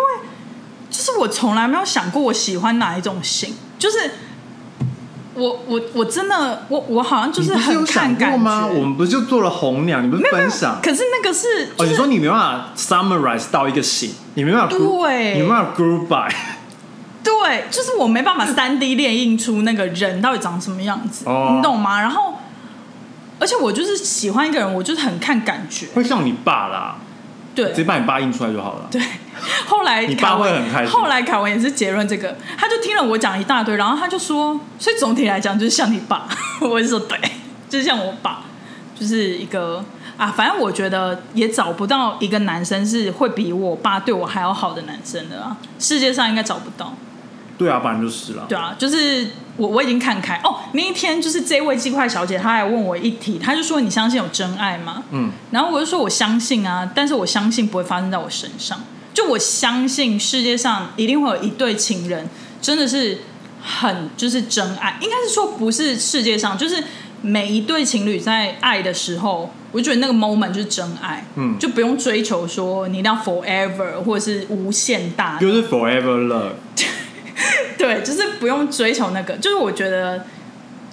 就是我从来没有想过我喜欢哪一种型，就是我我我真的我我好像就是
你不是
很
有
看
想
感
过
觉
吗？我们不是就做了红娘，你不是分享？
可是那个是、就
哦，
是
你说你没办法 summarize 到一个型，你没办法 group，
对
你没办法 group by。 *laughs*
对，就是我没办法三 D 列印出那个人到底长什么样子，
哦
你懂吗？然后，而且我就是喜欢一个人，我就是很看感觉，
会像你爸啦，
对
直，接把你爸印出来就好了。
对，后来
你爸
凯文
会很开心
后来凯文也是结论这个，他就听了我讲一大堆，然后他就说，所以总体来讲就是像你爸， *laughs* 我就说对，就是像我爸，就是一个啊，反正我觉得也找不到一个男生是会比我爸对我还要好的男生的啊，世界上应该找不到。
对啊，不然就是了。
对啊，就是我我已经看开哦。那一天就是这位鸡块小姐，她还问我一题，她就说你相信有真爱吗？
嗯，
然后我就说我相信啊，但是我相信不会发生在我身上。就我相信世界上一定会有一对情人，真的是很就是真爱，应该是说不是世界上，就是每一对情侣在爱的时候，我就觉得那个 moment 就是真爱，
嗯
就不用追求说你一定要 forever 或者是无限大，
就是 forever love。
对，就是不用追求那个，就是我觉得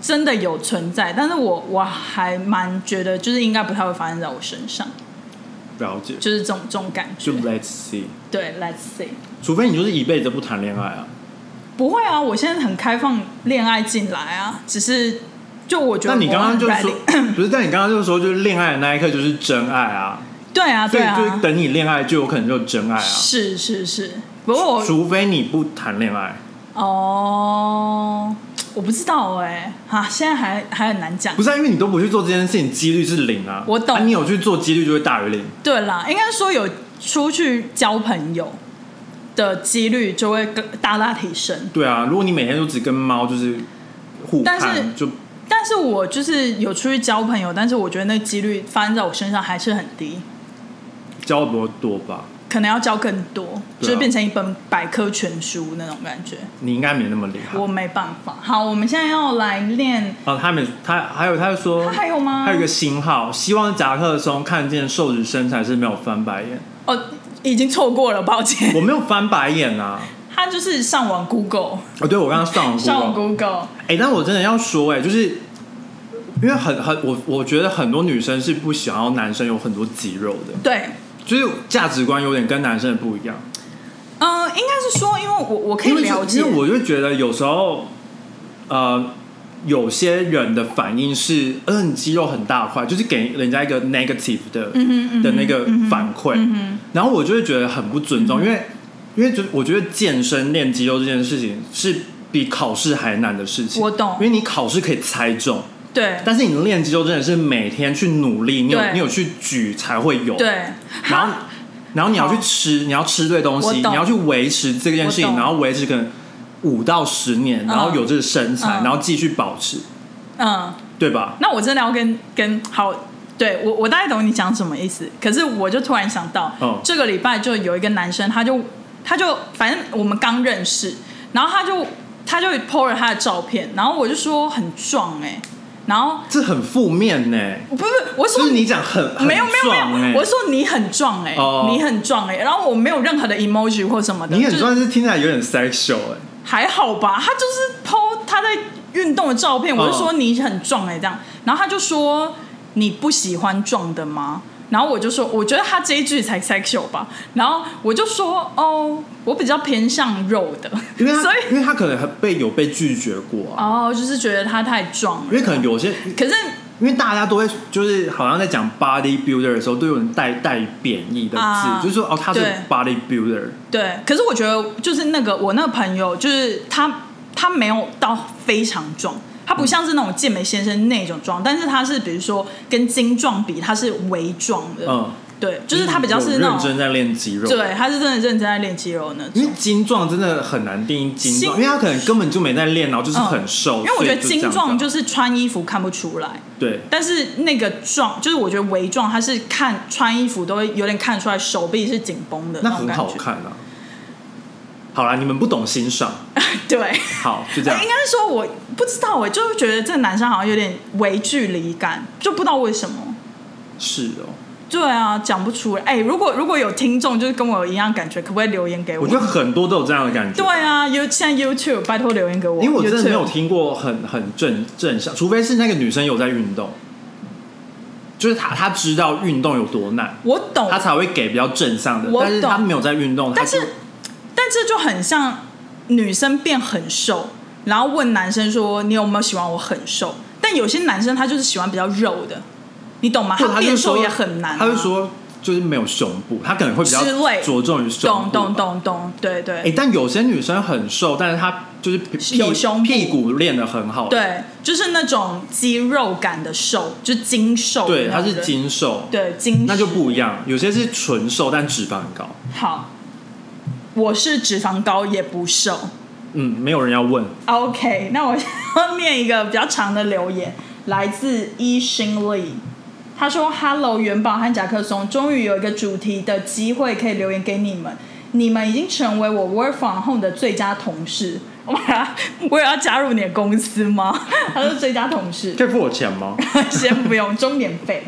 真的有存在，但是我我还蛮觉得就是应该不太会发生在我身上，
了解，
就是这种这种感觉
就。Let's see。
对，Let's see，
除非你就是一辈子不谈恋爱啊，
不会啊，我现在很开放恋爱进来啊，只是就我觉得
那你
我
刚刚就
很 ready
说， *coughs* 不是？但你刚刚就说，就是恋爱的那一刻就是真爱啊，
对啊，
所
对
以就是
啊，
等你恋爱就有可能就是真爱啊，
是是是，不过我
除非你不谈恋爱，
哦，我不知道哎、啊，现在还还很难讲
不。是、啊、因为你都不去做这件事情，几率是零啊。
我懂
啊你有去做，几率就会大于零。
对啦，应该说有出去交朋友的几率就会更大大提升。
对啊，如果你每天都只跟猫就是互
但是
看，就
但是我就是有出去交朋友，但是我觉得那几率发生在我身上还是很低。
交的不够多吧。
可能要教更多，就
对啊
是变成一本百科全书那种感觉。
你应该没那么厉害
我。没办法。好，我们现在要来练
哦，他们他还有他就说，
他还有吗
还有一个星号，希望夹克松看见瘦子身材是没有翻白眼，
哦，已经错过了，抱歉。
我没有翻白
*laughs*
眼啊。
他就是上网 Google，
哦，对，我刚刚上网
上网
Google，
Google，
哎、但我真的要说、哎，就是因为很很我我觉得很多女生是不想要男生有很多肌肉的，
对，
就是价值观有点跟男生的不一样。
嗯、应该是说，因为我我可以
因为
了
是
解，
因为我就觉得有时候，呃，有些人的反应是，嗯、你肌肉很大块，就是给人家一个 negative 的、
嗯
的那个反馈，然后我就会觉得很不尊
嗯
重，因为因为就我觉得健身练肌肉这件事情是比考试还难的事情，
我懂
因为你考试可以猜中，
对
但是你练肌肉真的是每天去努力，你有
对
你有去举才会有，
对，
然后，然后你要去吃，你要吃对东
我
西，
懂
你要去维持这件事
我
情，
懂
然后维持可能五到十年，然后有这个身材，
嗯
然后继续保持，
嗯，
对吧？
那我真的要跟跟好。对我，我大概懂你讲什么意思。可是我就突然想到，
嗯
这个礼拜就有一个男生，他就他就反正我们刚认识，然后他就他就 po 了他的照片，然后我就说很壮哎、然后
这很负面呢、
不是我
就
说
是你讲很很
没有没有
壮
没
欸
有，我说你很壮哎、
哦
你很壮哎、然后我没有任何的 emoji 或什么的，
你很
就是
壮，但是听起来有点 sexual 哎、
还好吧？他就是 PO 他在运动的照片，
嗯
我就说你很壮哎、这样，然后他就说你不喜欢壮的吗？然后我就说，我觉得他这一句才 sexual 吧。然后我就说，哦，我比较偏向肉的，
因为
*laughs*
他
所以
因为他可能被有被拒绝过啊，
哦，就是觉得他太壮
因
了。
为可能有些。
可是
因为大家都会就是好像在讲 body builder 的时候，都有人带带贬义的字，
啊
就是说哦他是
对
body builder，
对，可是我觉得就是那个我那个朋友，就是他他没有到非常壮，他不像是那种健美先生那种壮，但是他是比如说跟精壮比，他是微壮的，
嗯，
对，就是他比较是那
有认真
种，
在练肌肉，
对，他是真的认真在练肌肉那
因为
种。
精壮真的很难定义精
精
壮，因为他可能根本就没在练，然后就是很瘦。
嗯因为我觉得
哦所以
精壮就是是穿衣服看不出来，
这样对
但是那个壮就是我觉得微壮，他是看穿衣服都会有点看出来手臂是紧绷的
那
种
很
感
好
觉。
看啊。好啦，你们不懂欣赏，
对，
好
*laughs*
就这样
哎应。该是说我不知道哎，就是觉得这个男生好像有点微距离感，就不知道为什么。
是哦，
对啊，讲不出来。哎、如果如果有听众就是跟我有一样感觉，可不可以留言给我？
我觉得很多都有这样的感觉。
对，啊，You 现在 YouTube 拜托留言给我，
因为我真的没有
YouTube
听过很很正正向，除非是那个女生有在运动，就是她她知道运动有多难，
我懂
她，才会给比较正向的。
我
但是她
懂
没有在运动，她
但
就是
但这就很像女生变很瘦，然后问男生说你有没有喜欢我很瘦？但有些男生他就是喜欢比较肉的，你懂吗？
或者他
变
就
瘦
说
也很难、啊。
他就说就是没有胸部，他可能会比较
之类
着重于胸
懂
部。
懂。懂懂，对对、
啊哎、但有些女生很瘦，但是她就是屁
有胸部
屁股练得很好。
对，就是那种肌肉感的瘦，就精瘦。
对，她是，精瘦，
对精，
那就不一样。有些是纯瘦，但脂肪很高。
好。我是脂肪高也不瘦。
嗯，没有人要问。
OK，那我要念一个比较长的留言，来自一心力。他说：“Hello，元宝和甲克松，终于有一个主题的机会可以留言给你们。你们已经成为我 work from home 的最佳同事。我把它，我也要加入你的公司吗？ *laughs* 他说最佳同事。
可以付我钱吗？ *laughs*
*laughs* 先不用，中免费，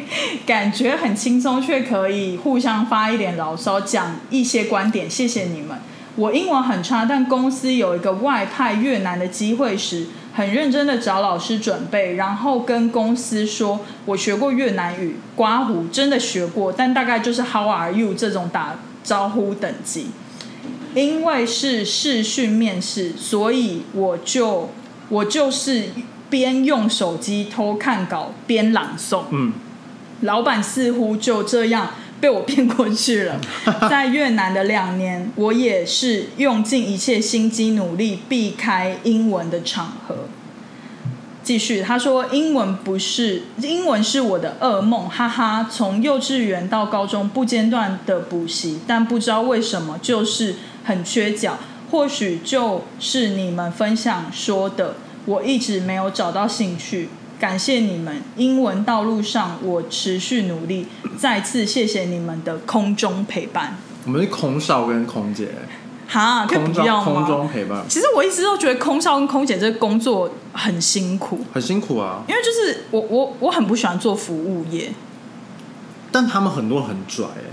感觉很轻松，却可以互相发一点牢骚，讲一些观点。谢谢你们。我英文很差，但公司有一个外派越南的机会时，很认真的找老师准备，然后跟公司说我学过越南语，刮胡真的学过，但大概就是 How are you 这种打招呼等级。因为是视讯面试，所以我就我就是边用手机偷看稿边朗诵。
嗯，
老板似乎就这样被我骗过去了。在越南的两年，我也是用尽一切心机努力避开英文的场合。继续，他说英文不是英文是我的噩梦，哈哈。从幼稚园到高中不间断的补习，但不知道为什么就是很缺角。或许就是你们分享说的，我一直没有找到兴趣。感谢你们，英文道路上我持续努力，再次谢谢你们的空中陪伴。
我们是空少跟空姐，
哈，可以
空
不要
中
吗？
空中陪伴，
其实我一直都觉得空少跟空姐这个工作很辛苦，
很辛苦啊。
因为就是我我我很不喜欢做服务业。
但他们很多很拽、欸，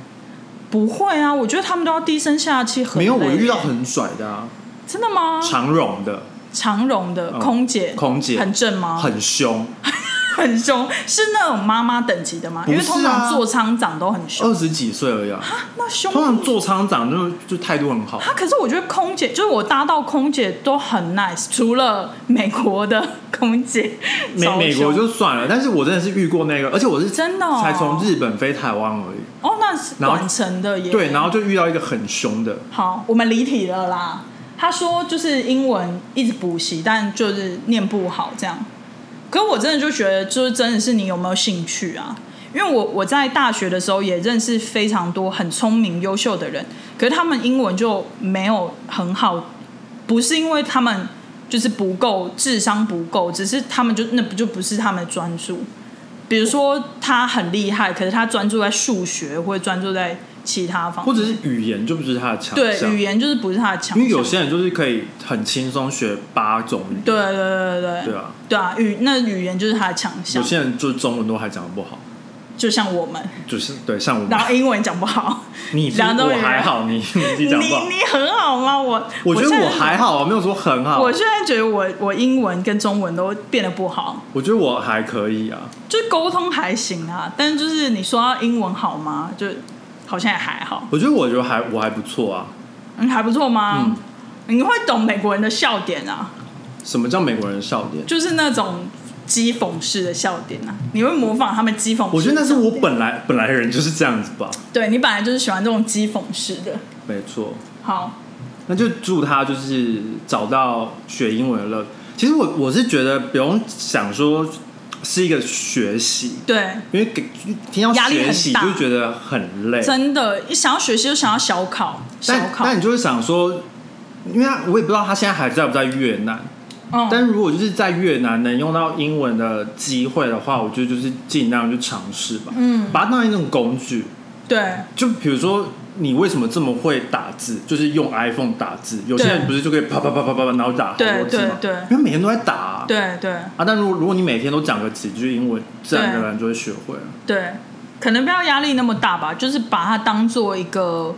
不会啊，我觉得他们都要低声下气，很
没有我
累
遇到很拽的啊，
真的吗？
长绒的
长荣的
嗯
空姐，
空姐
很正吗？
很凶，
很凶，是那种妈妈等级的吗？
不
因
是啊
为通常座舱长都很凶，
二十几岁而已、啊。
*laughs* 那凶
通常做厂长就就态度很好，
他可是我觉得空姐，就是我搭到空姐都很 nice，除了美国的空姐，
美
超
美
凶
国就算了，但是我真的是遇过那个，而且我是
真的哦
才从日本飞台湾而已，
哦，那是
然后
短程的耶。
对，然后就遇到一个很凶的，
好，我们离题了啦。他说就是英文一直补习，但就是念不好这样。可我真的就觉得，就是真的是你有没有兴趣啊？因为我我在大学的时候也认识非常多很聪明优秀的人，可是他们英文就没有很好，不是因为他们就是不够智商不够，只是他们就那不就不是他们的专注。比如说他很厉害，可是他专注在数学或者专注在其他方面，
或者是语言就不是他的强
对，
项，
语言就是不是他的强项。
因为有些人就是可以很轻松学八种语言，
对对对对
对啊，
对啊，语那语言就是他的强
有
项，
些人就中文都还讲的不好，
就像我们，
就是对像我们
然，后英文讲不好，
*laughs* 你是
两种语
我
言
还好，你你自
你
己讲不好，
你很好吗？我
我觉
现
得
在
我还好啊，没有说很好，
我现在觉得我我英文跟中文都变得不好，
我觉得我还可以啊，
就是沟通还行啊，但是就是你说要英文好吗？就好像也还好，
我觉得我觉得还我还不错啊，
嗯，还不错吗
嗯？
你会懂美国人的笑点啊，
什么叫美国人笑点？
就是那种讥讽式的笑点啊，你会模仿他们讥讽式的笑点。
我觉得那是我本来本来人就是这样子吧，
对你本来就是喜欢这种讥讽式的。
没错。
好，
那就祝他就是找到学英文的乐。其实我我是觉得不用想说是一个学习，
对，
因为给听到
压力很
学习
大
就觉得很累，
真的，一想要学习就想要小考，小
但
考，
但你就会想说，因为他我也不知道他现在还在不在越南，
嗯，
但如果就是在越南能用到英文的机会的话，我觉得就是尽量去尝试吧，
嗯
把它当成一种工具。
对，
就比如说，你为什么这么会打字？就是用 iPhone 打字，有些人不是就可以啪啪啪啪啪啪，然后打好
对
多字嘛？
对对
因为每天都在打啊。
对对
啊，但如果如果你每天都讲个几句英文，自然而然就会学会了。
对，可能不要压力那么大吧，就是把它当做一个，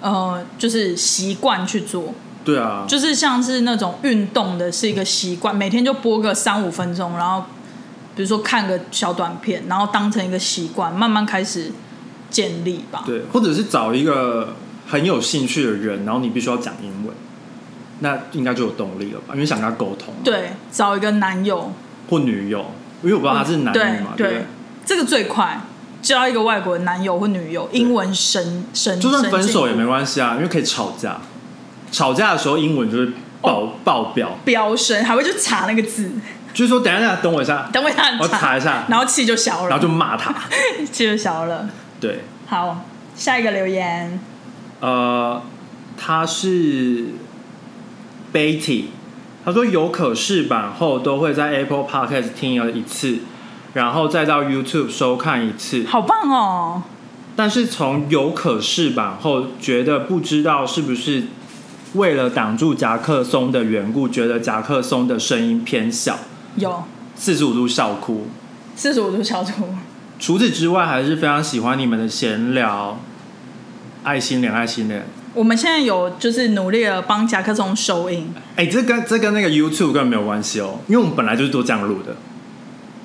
呃，就是习惯去做，
对啊，
就是像是那种运动的是一个习惯，每天就播个三五分钟，然后比如说看个小短片，然后当成一个习惯，慢慢开始建立吧。
对，或者是找一个很有兴趣的人，然后你必须要讲英文，那应该就有动力了吧？因为想跟他沟通，，
对，找一个男友，
或女友，因为我不知道他是男
对
女嘛，对不
对，这个最快，交一个外国男友或女友，英文神神，
就算分手也
神
没
进
关系啊，因为可以吵架，吵架的时候英文就是爆、爆表，
飙升，还会去查那个字， *laughs*
就是说等一下，等一下，等我一下，
等我一下
我哦查一下
然后气就消了，
然后就骂他。
气就消了。
对，
好，下一个留言，
呃，他是 Betty，他说有可视版后都会在 Apple Podcast 听了一次，然后再到 YouTube 收看一次。
好棒哦，
但是从有可视版后，觉得不知道是不是为了挡住夹克松的缘故，觉得夹克松的声音偏小，
有
四十五度笑哭。
四十五度消除，
除此之外，还是非常喜欢你们的闲聊，爱心脸，爱心脸。
我们现在有就是努力的帮夹克松收音，
哎、这跟这跟那个 YouTube 根本没有关系哦，因为我们本来就是都这样录的，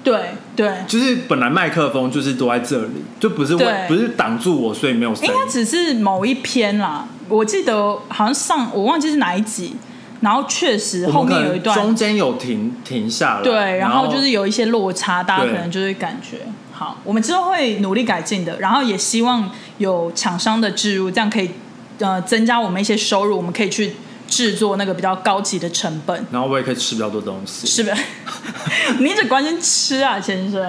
对对，
就是本来麦克风就是都在这里，就不是为
对哎
不是挡住我，所以没有声
应
音。
该只是某一篇啦，我记得好像上我忘记是哪一集，然后确实
我
后
们可
面有一
能
段
中间有停停下来，
对，然后就是有一些落差，大家可
对
能就是感觉好，我们之后会努力改进的，然后也希望有厂商的置入，这样可以呃增加我们一些收入，我们可以去制作那个比较高级的成本，
然后我也可以吃比较多东西。
是不 *laughs* 是？你只关心吃啊，先生，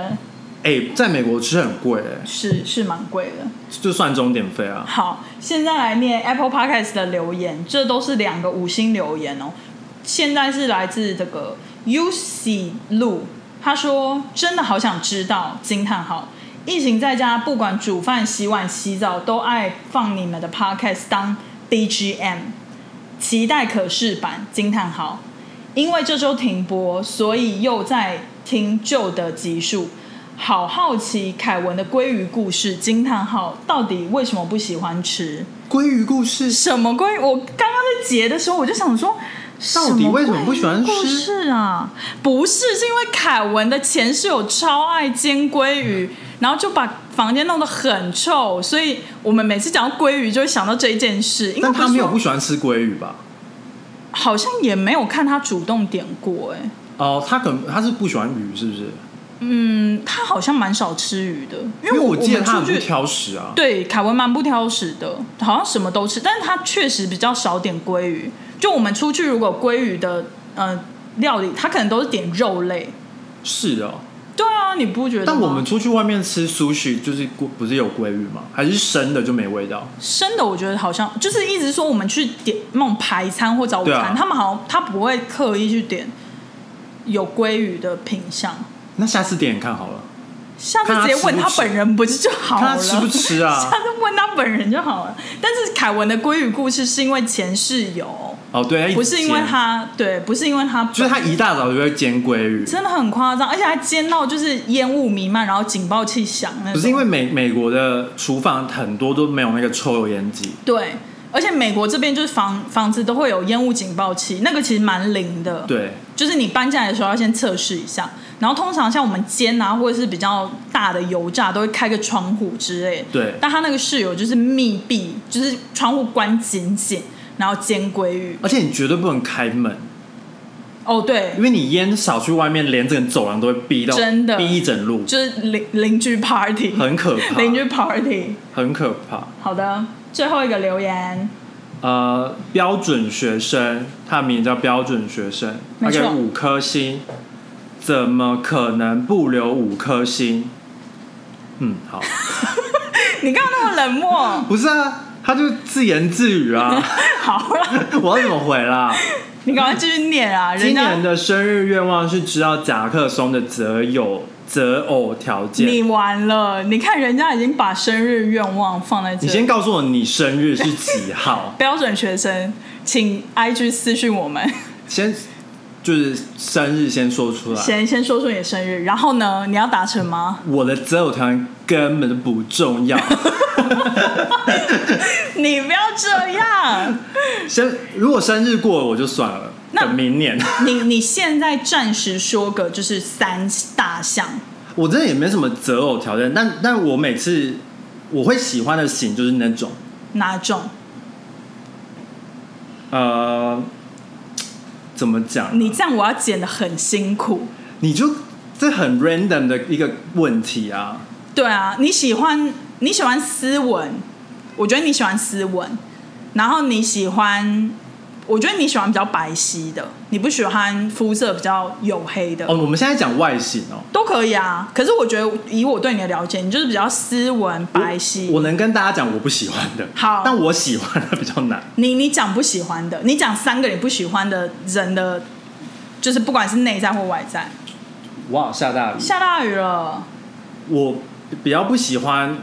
哎、在美国吃很贵、哎，
是是蛮贵的。
就算钟点费啊。
好，现在来念 Apple Podcast 的留言，这都是两个五星留言哦。现在是来自这个 UC 路，他说：“真的好想知道！惊叹号，疫情在家，不管煮饭、洗碗、洗澡，都爱放你们的 podcast 当 BGM，期待可视版惊叹号。因为这周停播，所以又在听旧的集数。好好奇凯文的鲑鱼故事惊叹号到底为什么不喜欢吃？
鲑鱼故事
什么鲑鱼？我刚刚在截的时候，我就想说，
到底为什么不喜欢吃
是啊，不是，是因为凯文的前室友超爱煎鲑鱼，然后就把房间弄得很臭，所以我们每次讲到鲑鱼就会想到这一件事。因为
但他
不是
没有
说
不喜欢吃鲑鱼吧？
好像也没有看他主动点过、哎，
哦，他可能他是不喜欢鱼，是不是？
嗯，他好像蛮少吃鱼的，因
因为
我
我记得
们
他很
出
不
去。
挑食啊。
对，凯文蛮不挑食的，好像什么都吃，但是他确实比较少点鲑鱼。就我们出去，如果鲑鱼的呃料理，他可能都是点肉类。
是哦，
对啊，你不觉得吗？
但我们出去外面吃 sushi 就是鲑不是有鲑鱼吗？还是生的就没味道？
生的，我觉得好像就是一直说我们去点那种排餐或早午
对
餐，
啊
他们好像他不会刻意去点有鲑鱼的品相。
那下次点点看好了，
下次直接问他本人不是就好了？
看他吃不吃
*laughs*
啊
下次问他本人就好了。但是凯文的鲑鱼故事是因为前室友，
哦，对，
不是因为
他一直
他，
煎，
对，不是因为他本，
就是他一大早就会煎鲑鱼，
真的很夸张，而且还煎到就是烟雾弥漫，然后警报器响那种。
不是因为美美国的厨房很多都没有那个抽油烟机，
对，而且美国这边就是房房子都会有烟雾警报器，那个其实蛮灵的。
对，
就是你搬进来的时候要先测试一下，然后通常像我们煎啊，或者是比较大的油炸，都会开个窗户之类的。
对
但他那个室友就是密闭，就是窗户关紧紧，然后煎鲑鱼。
而且你绝对不能开门，
哦，对
因，为你烟扫去外面，连整个走廊都会逼到，
真的
逼一整路，
就是邻邻居 party，
很可怕，
邻居 party。
很可怕。
好的，最后一个留言，
呃，标准学生，他名叫标准学生，
没
他
错
给五颗星，怎么可能不留五颗星？嗯，好，
你干嘛那么冷漠？ *laughs*
不是啊，他就自言自语啊，
好了，
我要怎么回
*laughs*
啦？
你赶快继续念啊！人
今
家
年的生日愿望是知道夹克松的择友择偶条件。
你完了，你看人家已经把生日愿望放在这里。
你先告诉我你生日是几
*laughs*，
号
标准学生，请 IG 私讯我 *laughs* 们，
先就是生日先说出来。
先先说说你的生日，然后呢，你要达成吗？
我的择偶条件根本就不重要。
*laughs* 你不要这样，
先如果生日过了我就算了，
那
等明年。
*laughs* 你你现在暂时说个就是三大项，
我真的也没什么择偶条件，但但我每次我会喜欢的型就是那种
哪种？
呃，怎么讲？
你这样我要剪的很辛苦。
你就这很 random 的一个问题啊。
对啊，你喜欢你喜欢斯文，我觉得你喜欢斯文，然后你喜欢，我觉得你喜欢比较白皙的，你不喜欢肤色比较黝黑的。
哦，我们现在讲外形哦，
都可以啊。可是我觉得以我对你的了解，你就是比较斯文白皙。
我能跟大家讲我不喜欢的，
好
但我喜欢的比较难。
你你讲不喜欢的，你讲三个你不喜欢的人的，就是不管是内在或外在。
哇，下大雨！
下大雨了，
我比较不喜欢，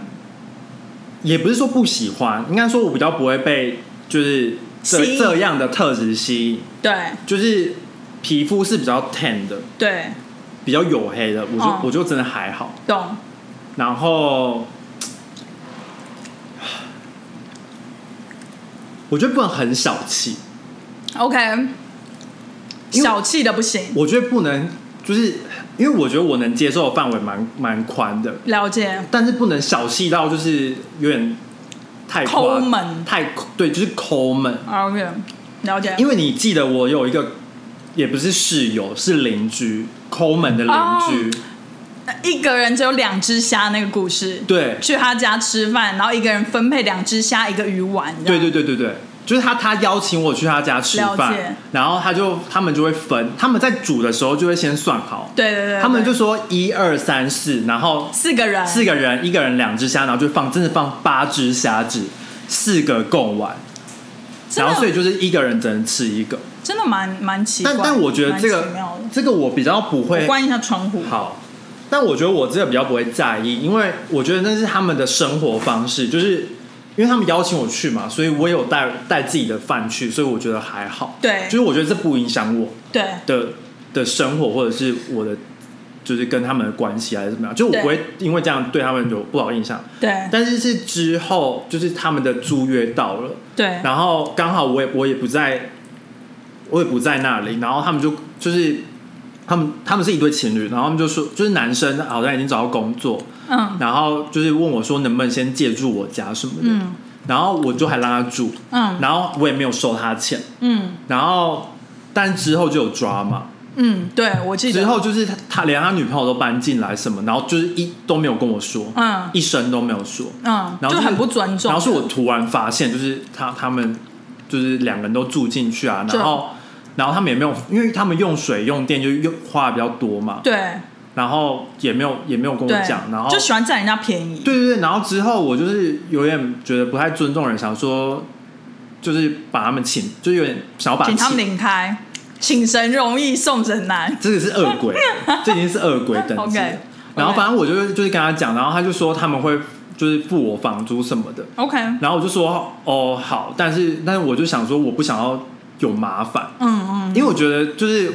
也不是说不喜欢，应该说我比较不会被就是
吸
这
引
这样的特质吸引，
对
就是皮肤是比较 tan 的，
对，
比较黝黑的，我就、
哦
我就真的还好。
懂。
然后，我觉得不能很小气，
OK，
因为
小气的不行，
我觉得不能就是因为我觉得我能接受的范围蛮蛮宽的，
了解。
但是不能小气到就是有点太夸
抠门
太对，就是抠门。
OK，了解。
因为你记得我有一个，也不是室友，是邻居，抠门的邻
哦
居。
一个人只有两只虾那个故事，
对，
去他家吃饭，然后一个人分配两只虾一个鱼丸，这
对
样
对对对对，就是他他邀请我去他家吃
了解
饭，然后他就他们就会分，他们在煮的时候就会先算好，
对对对对，
他们就
对
说一二三四，然后
四个人，
四个人，一个人两只虾，然后就放真的放八只虾子，四个贡丸，
真
然
的
后所以就是一个人只能吃一个。
真的蛮蛮奇怪
但
的，
但我觉得
蛮
这
奇
个
妙的
这个我比较不
我
会
关一下窗户。
好，但我觉得我这个比较不会在意，因为我觉得那是他们的生活方式，就是因为他们邀请我去嘛，所以我有带带自己的饭去，所以我觉得还好。
对
就是我觉得这不影响我
对
的的生活，或者是我的就是跟他们的关系还是怎么样，就我
对
不会因为这样对他们有不好印象。
对
但是是之后就是他们的租约到了，
对
然后刚好我也我也不在，我也不在那里，然后他们就就是他们他们是一对情侣，然后他们就说就是男生好像已经找到工作，
嗯
然后就是问我说能不能先借住我家什么的，
嗯
然后我就还让他住，
嗯
然后我也没有收他钱，
嗯
然后但之后就有抓嘛，
嗯，对我记得
之后就是他他连他女朋友都搬进来什么，然后就是一都没有跟我说，
嗯
一声都没有说，
嗯，
然后
就是很不尊重，
然后是我突然发现，就是他他们就是两个人都住进去啊，
对
然后然后他们也没有，因为他们用水用电就用花的比较多嘛，
对
然后也没有也没有跟我
对，
讲，然后
就喜欢占人家便宜，
对对对，然后之后我就是有点觉得不太尊重人，想说就是把他们请，就有点想要把
请他们
请
领开，请神容易送神难，
这个是恶
*laughs*
鬼，这已经是恶鬼等级了。
OK，OK
然后反正我就就是跟他讲，然后他就说他们会就是付我房租什么的，
OK，嗯
然后我就说哦好，但是但是我就想说我不想要有麻烦，
嗯嗯
因为我觉得就是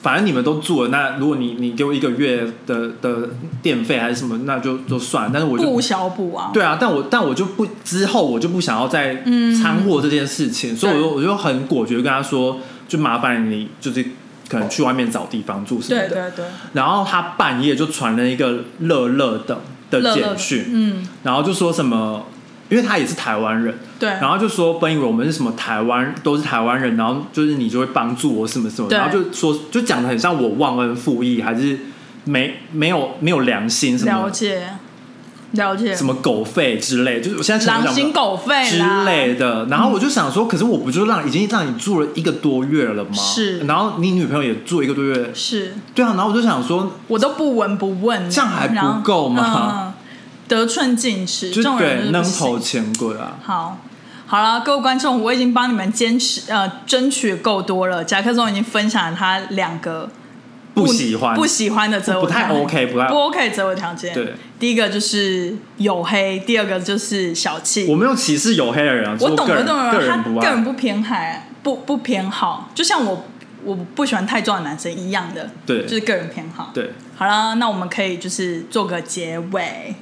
反正你们都住了，那如果你你给我一个月的的电费还是什么，那就就算了。但是我
不
就
无小补啊，
对啊，但我但我就不之后我就不想要再
嗯
掺和这件事情，所以我就我就很果决地跟他说，就麻烦你就是可能去外面找地方住什么
对
的。
对对，
然后他半夜就传了一个乐乐的的
乐乐
简
的
讯，
嗯
然后就说什么，因为他也是台湾人，
对，
然后就说本以为我们是什么台湾都是台湾人，然后就是你就会帮助我什么什么，
对
然后就说就讲的很像我忘恩负义，还是没没有没有良心什
了
么
解了解，
什么狗肺之类，就是我现在想
狼
不想
心
不到
狗肺
之
啦嗯
类的。然后我就想说，可是我不就让已经让你住了一个多月了吗？
是
然后你女朋友也住一个多月，
是
对啊。然后我就想说，
我都不闻不问，
这样还
然后
不够吗？
嗯得寸进尺，
就
这
是
种人就
对
是不
扔
行
头钱柜啊，
好，好了，各位观众，我已经帮你们坚持呃争取够多了。甲克松已经分享了他两个
不喜欢
不喜欢的择偶
不太
条件
OK，不太
不 OK 择偶条件。
对，
第一个就是黝黑，第二个就是小气
我。没有歧视有黑的人啊，只
我
是
懂
个
得
人
懂得
个
懂得，他
人不
个人
爱，
不偏海，不不偏好，就像我我不喜欢太壮的男生一样的，
对
就是个人偏好。
对。
好了，那我们可以就是做个结尾。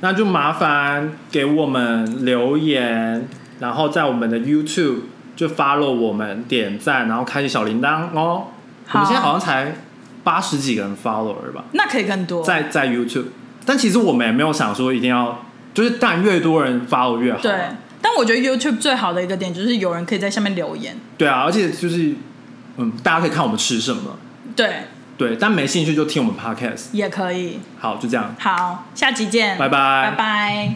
那就麻烦给我们留言，然后在我们的 YouTube 就 follow 我们点赞，然后开启小铃铛哦。我
好
们现在好像才八十几个人 follower 吧，
那可以更多，
在在 YouTube，但其实我们也没有想说一定要，就是但越多人 follow 越好。
对，但我觉得 YouTube 最好的一个点就是有人可以在下面留言，
对啊，而且就是嗯，大家可以看我们吃什么，
对，
对，但没兴趣就听我们 podcast。
也可以。
好，就这样，
好，下集见，
拜
拜拜。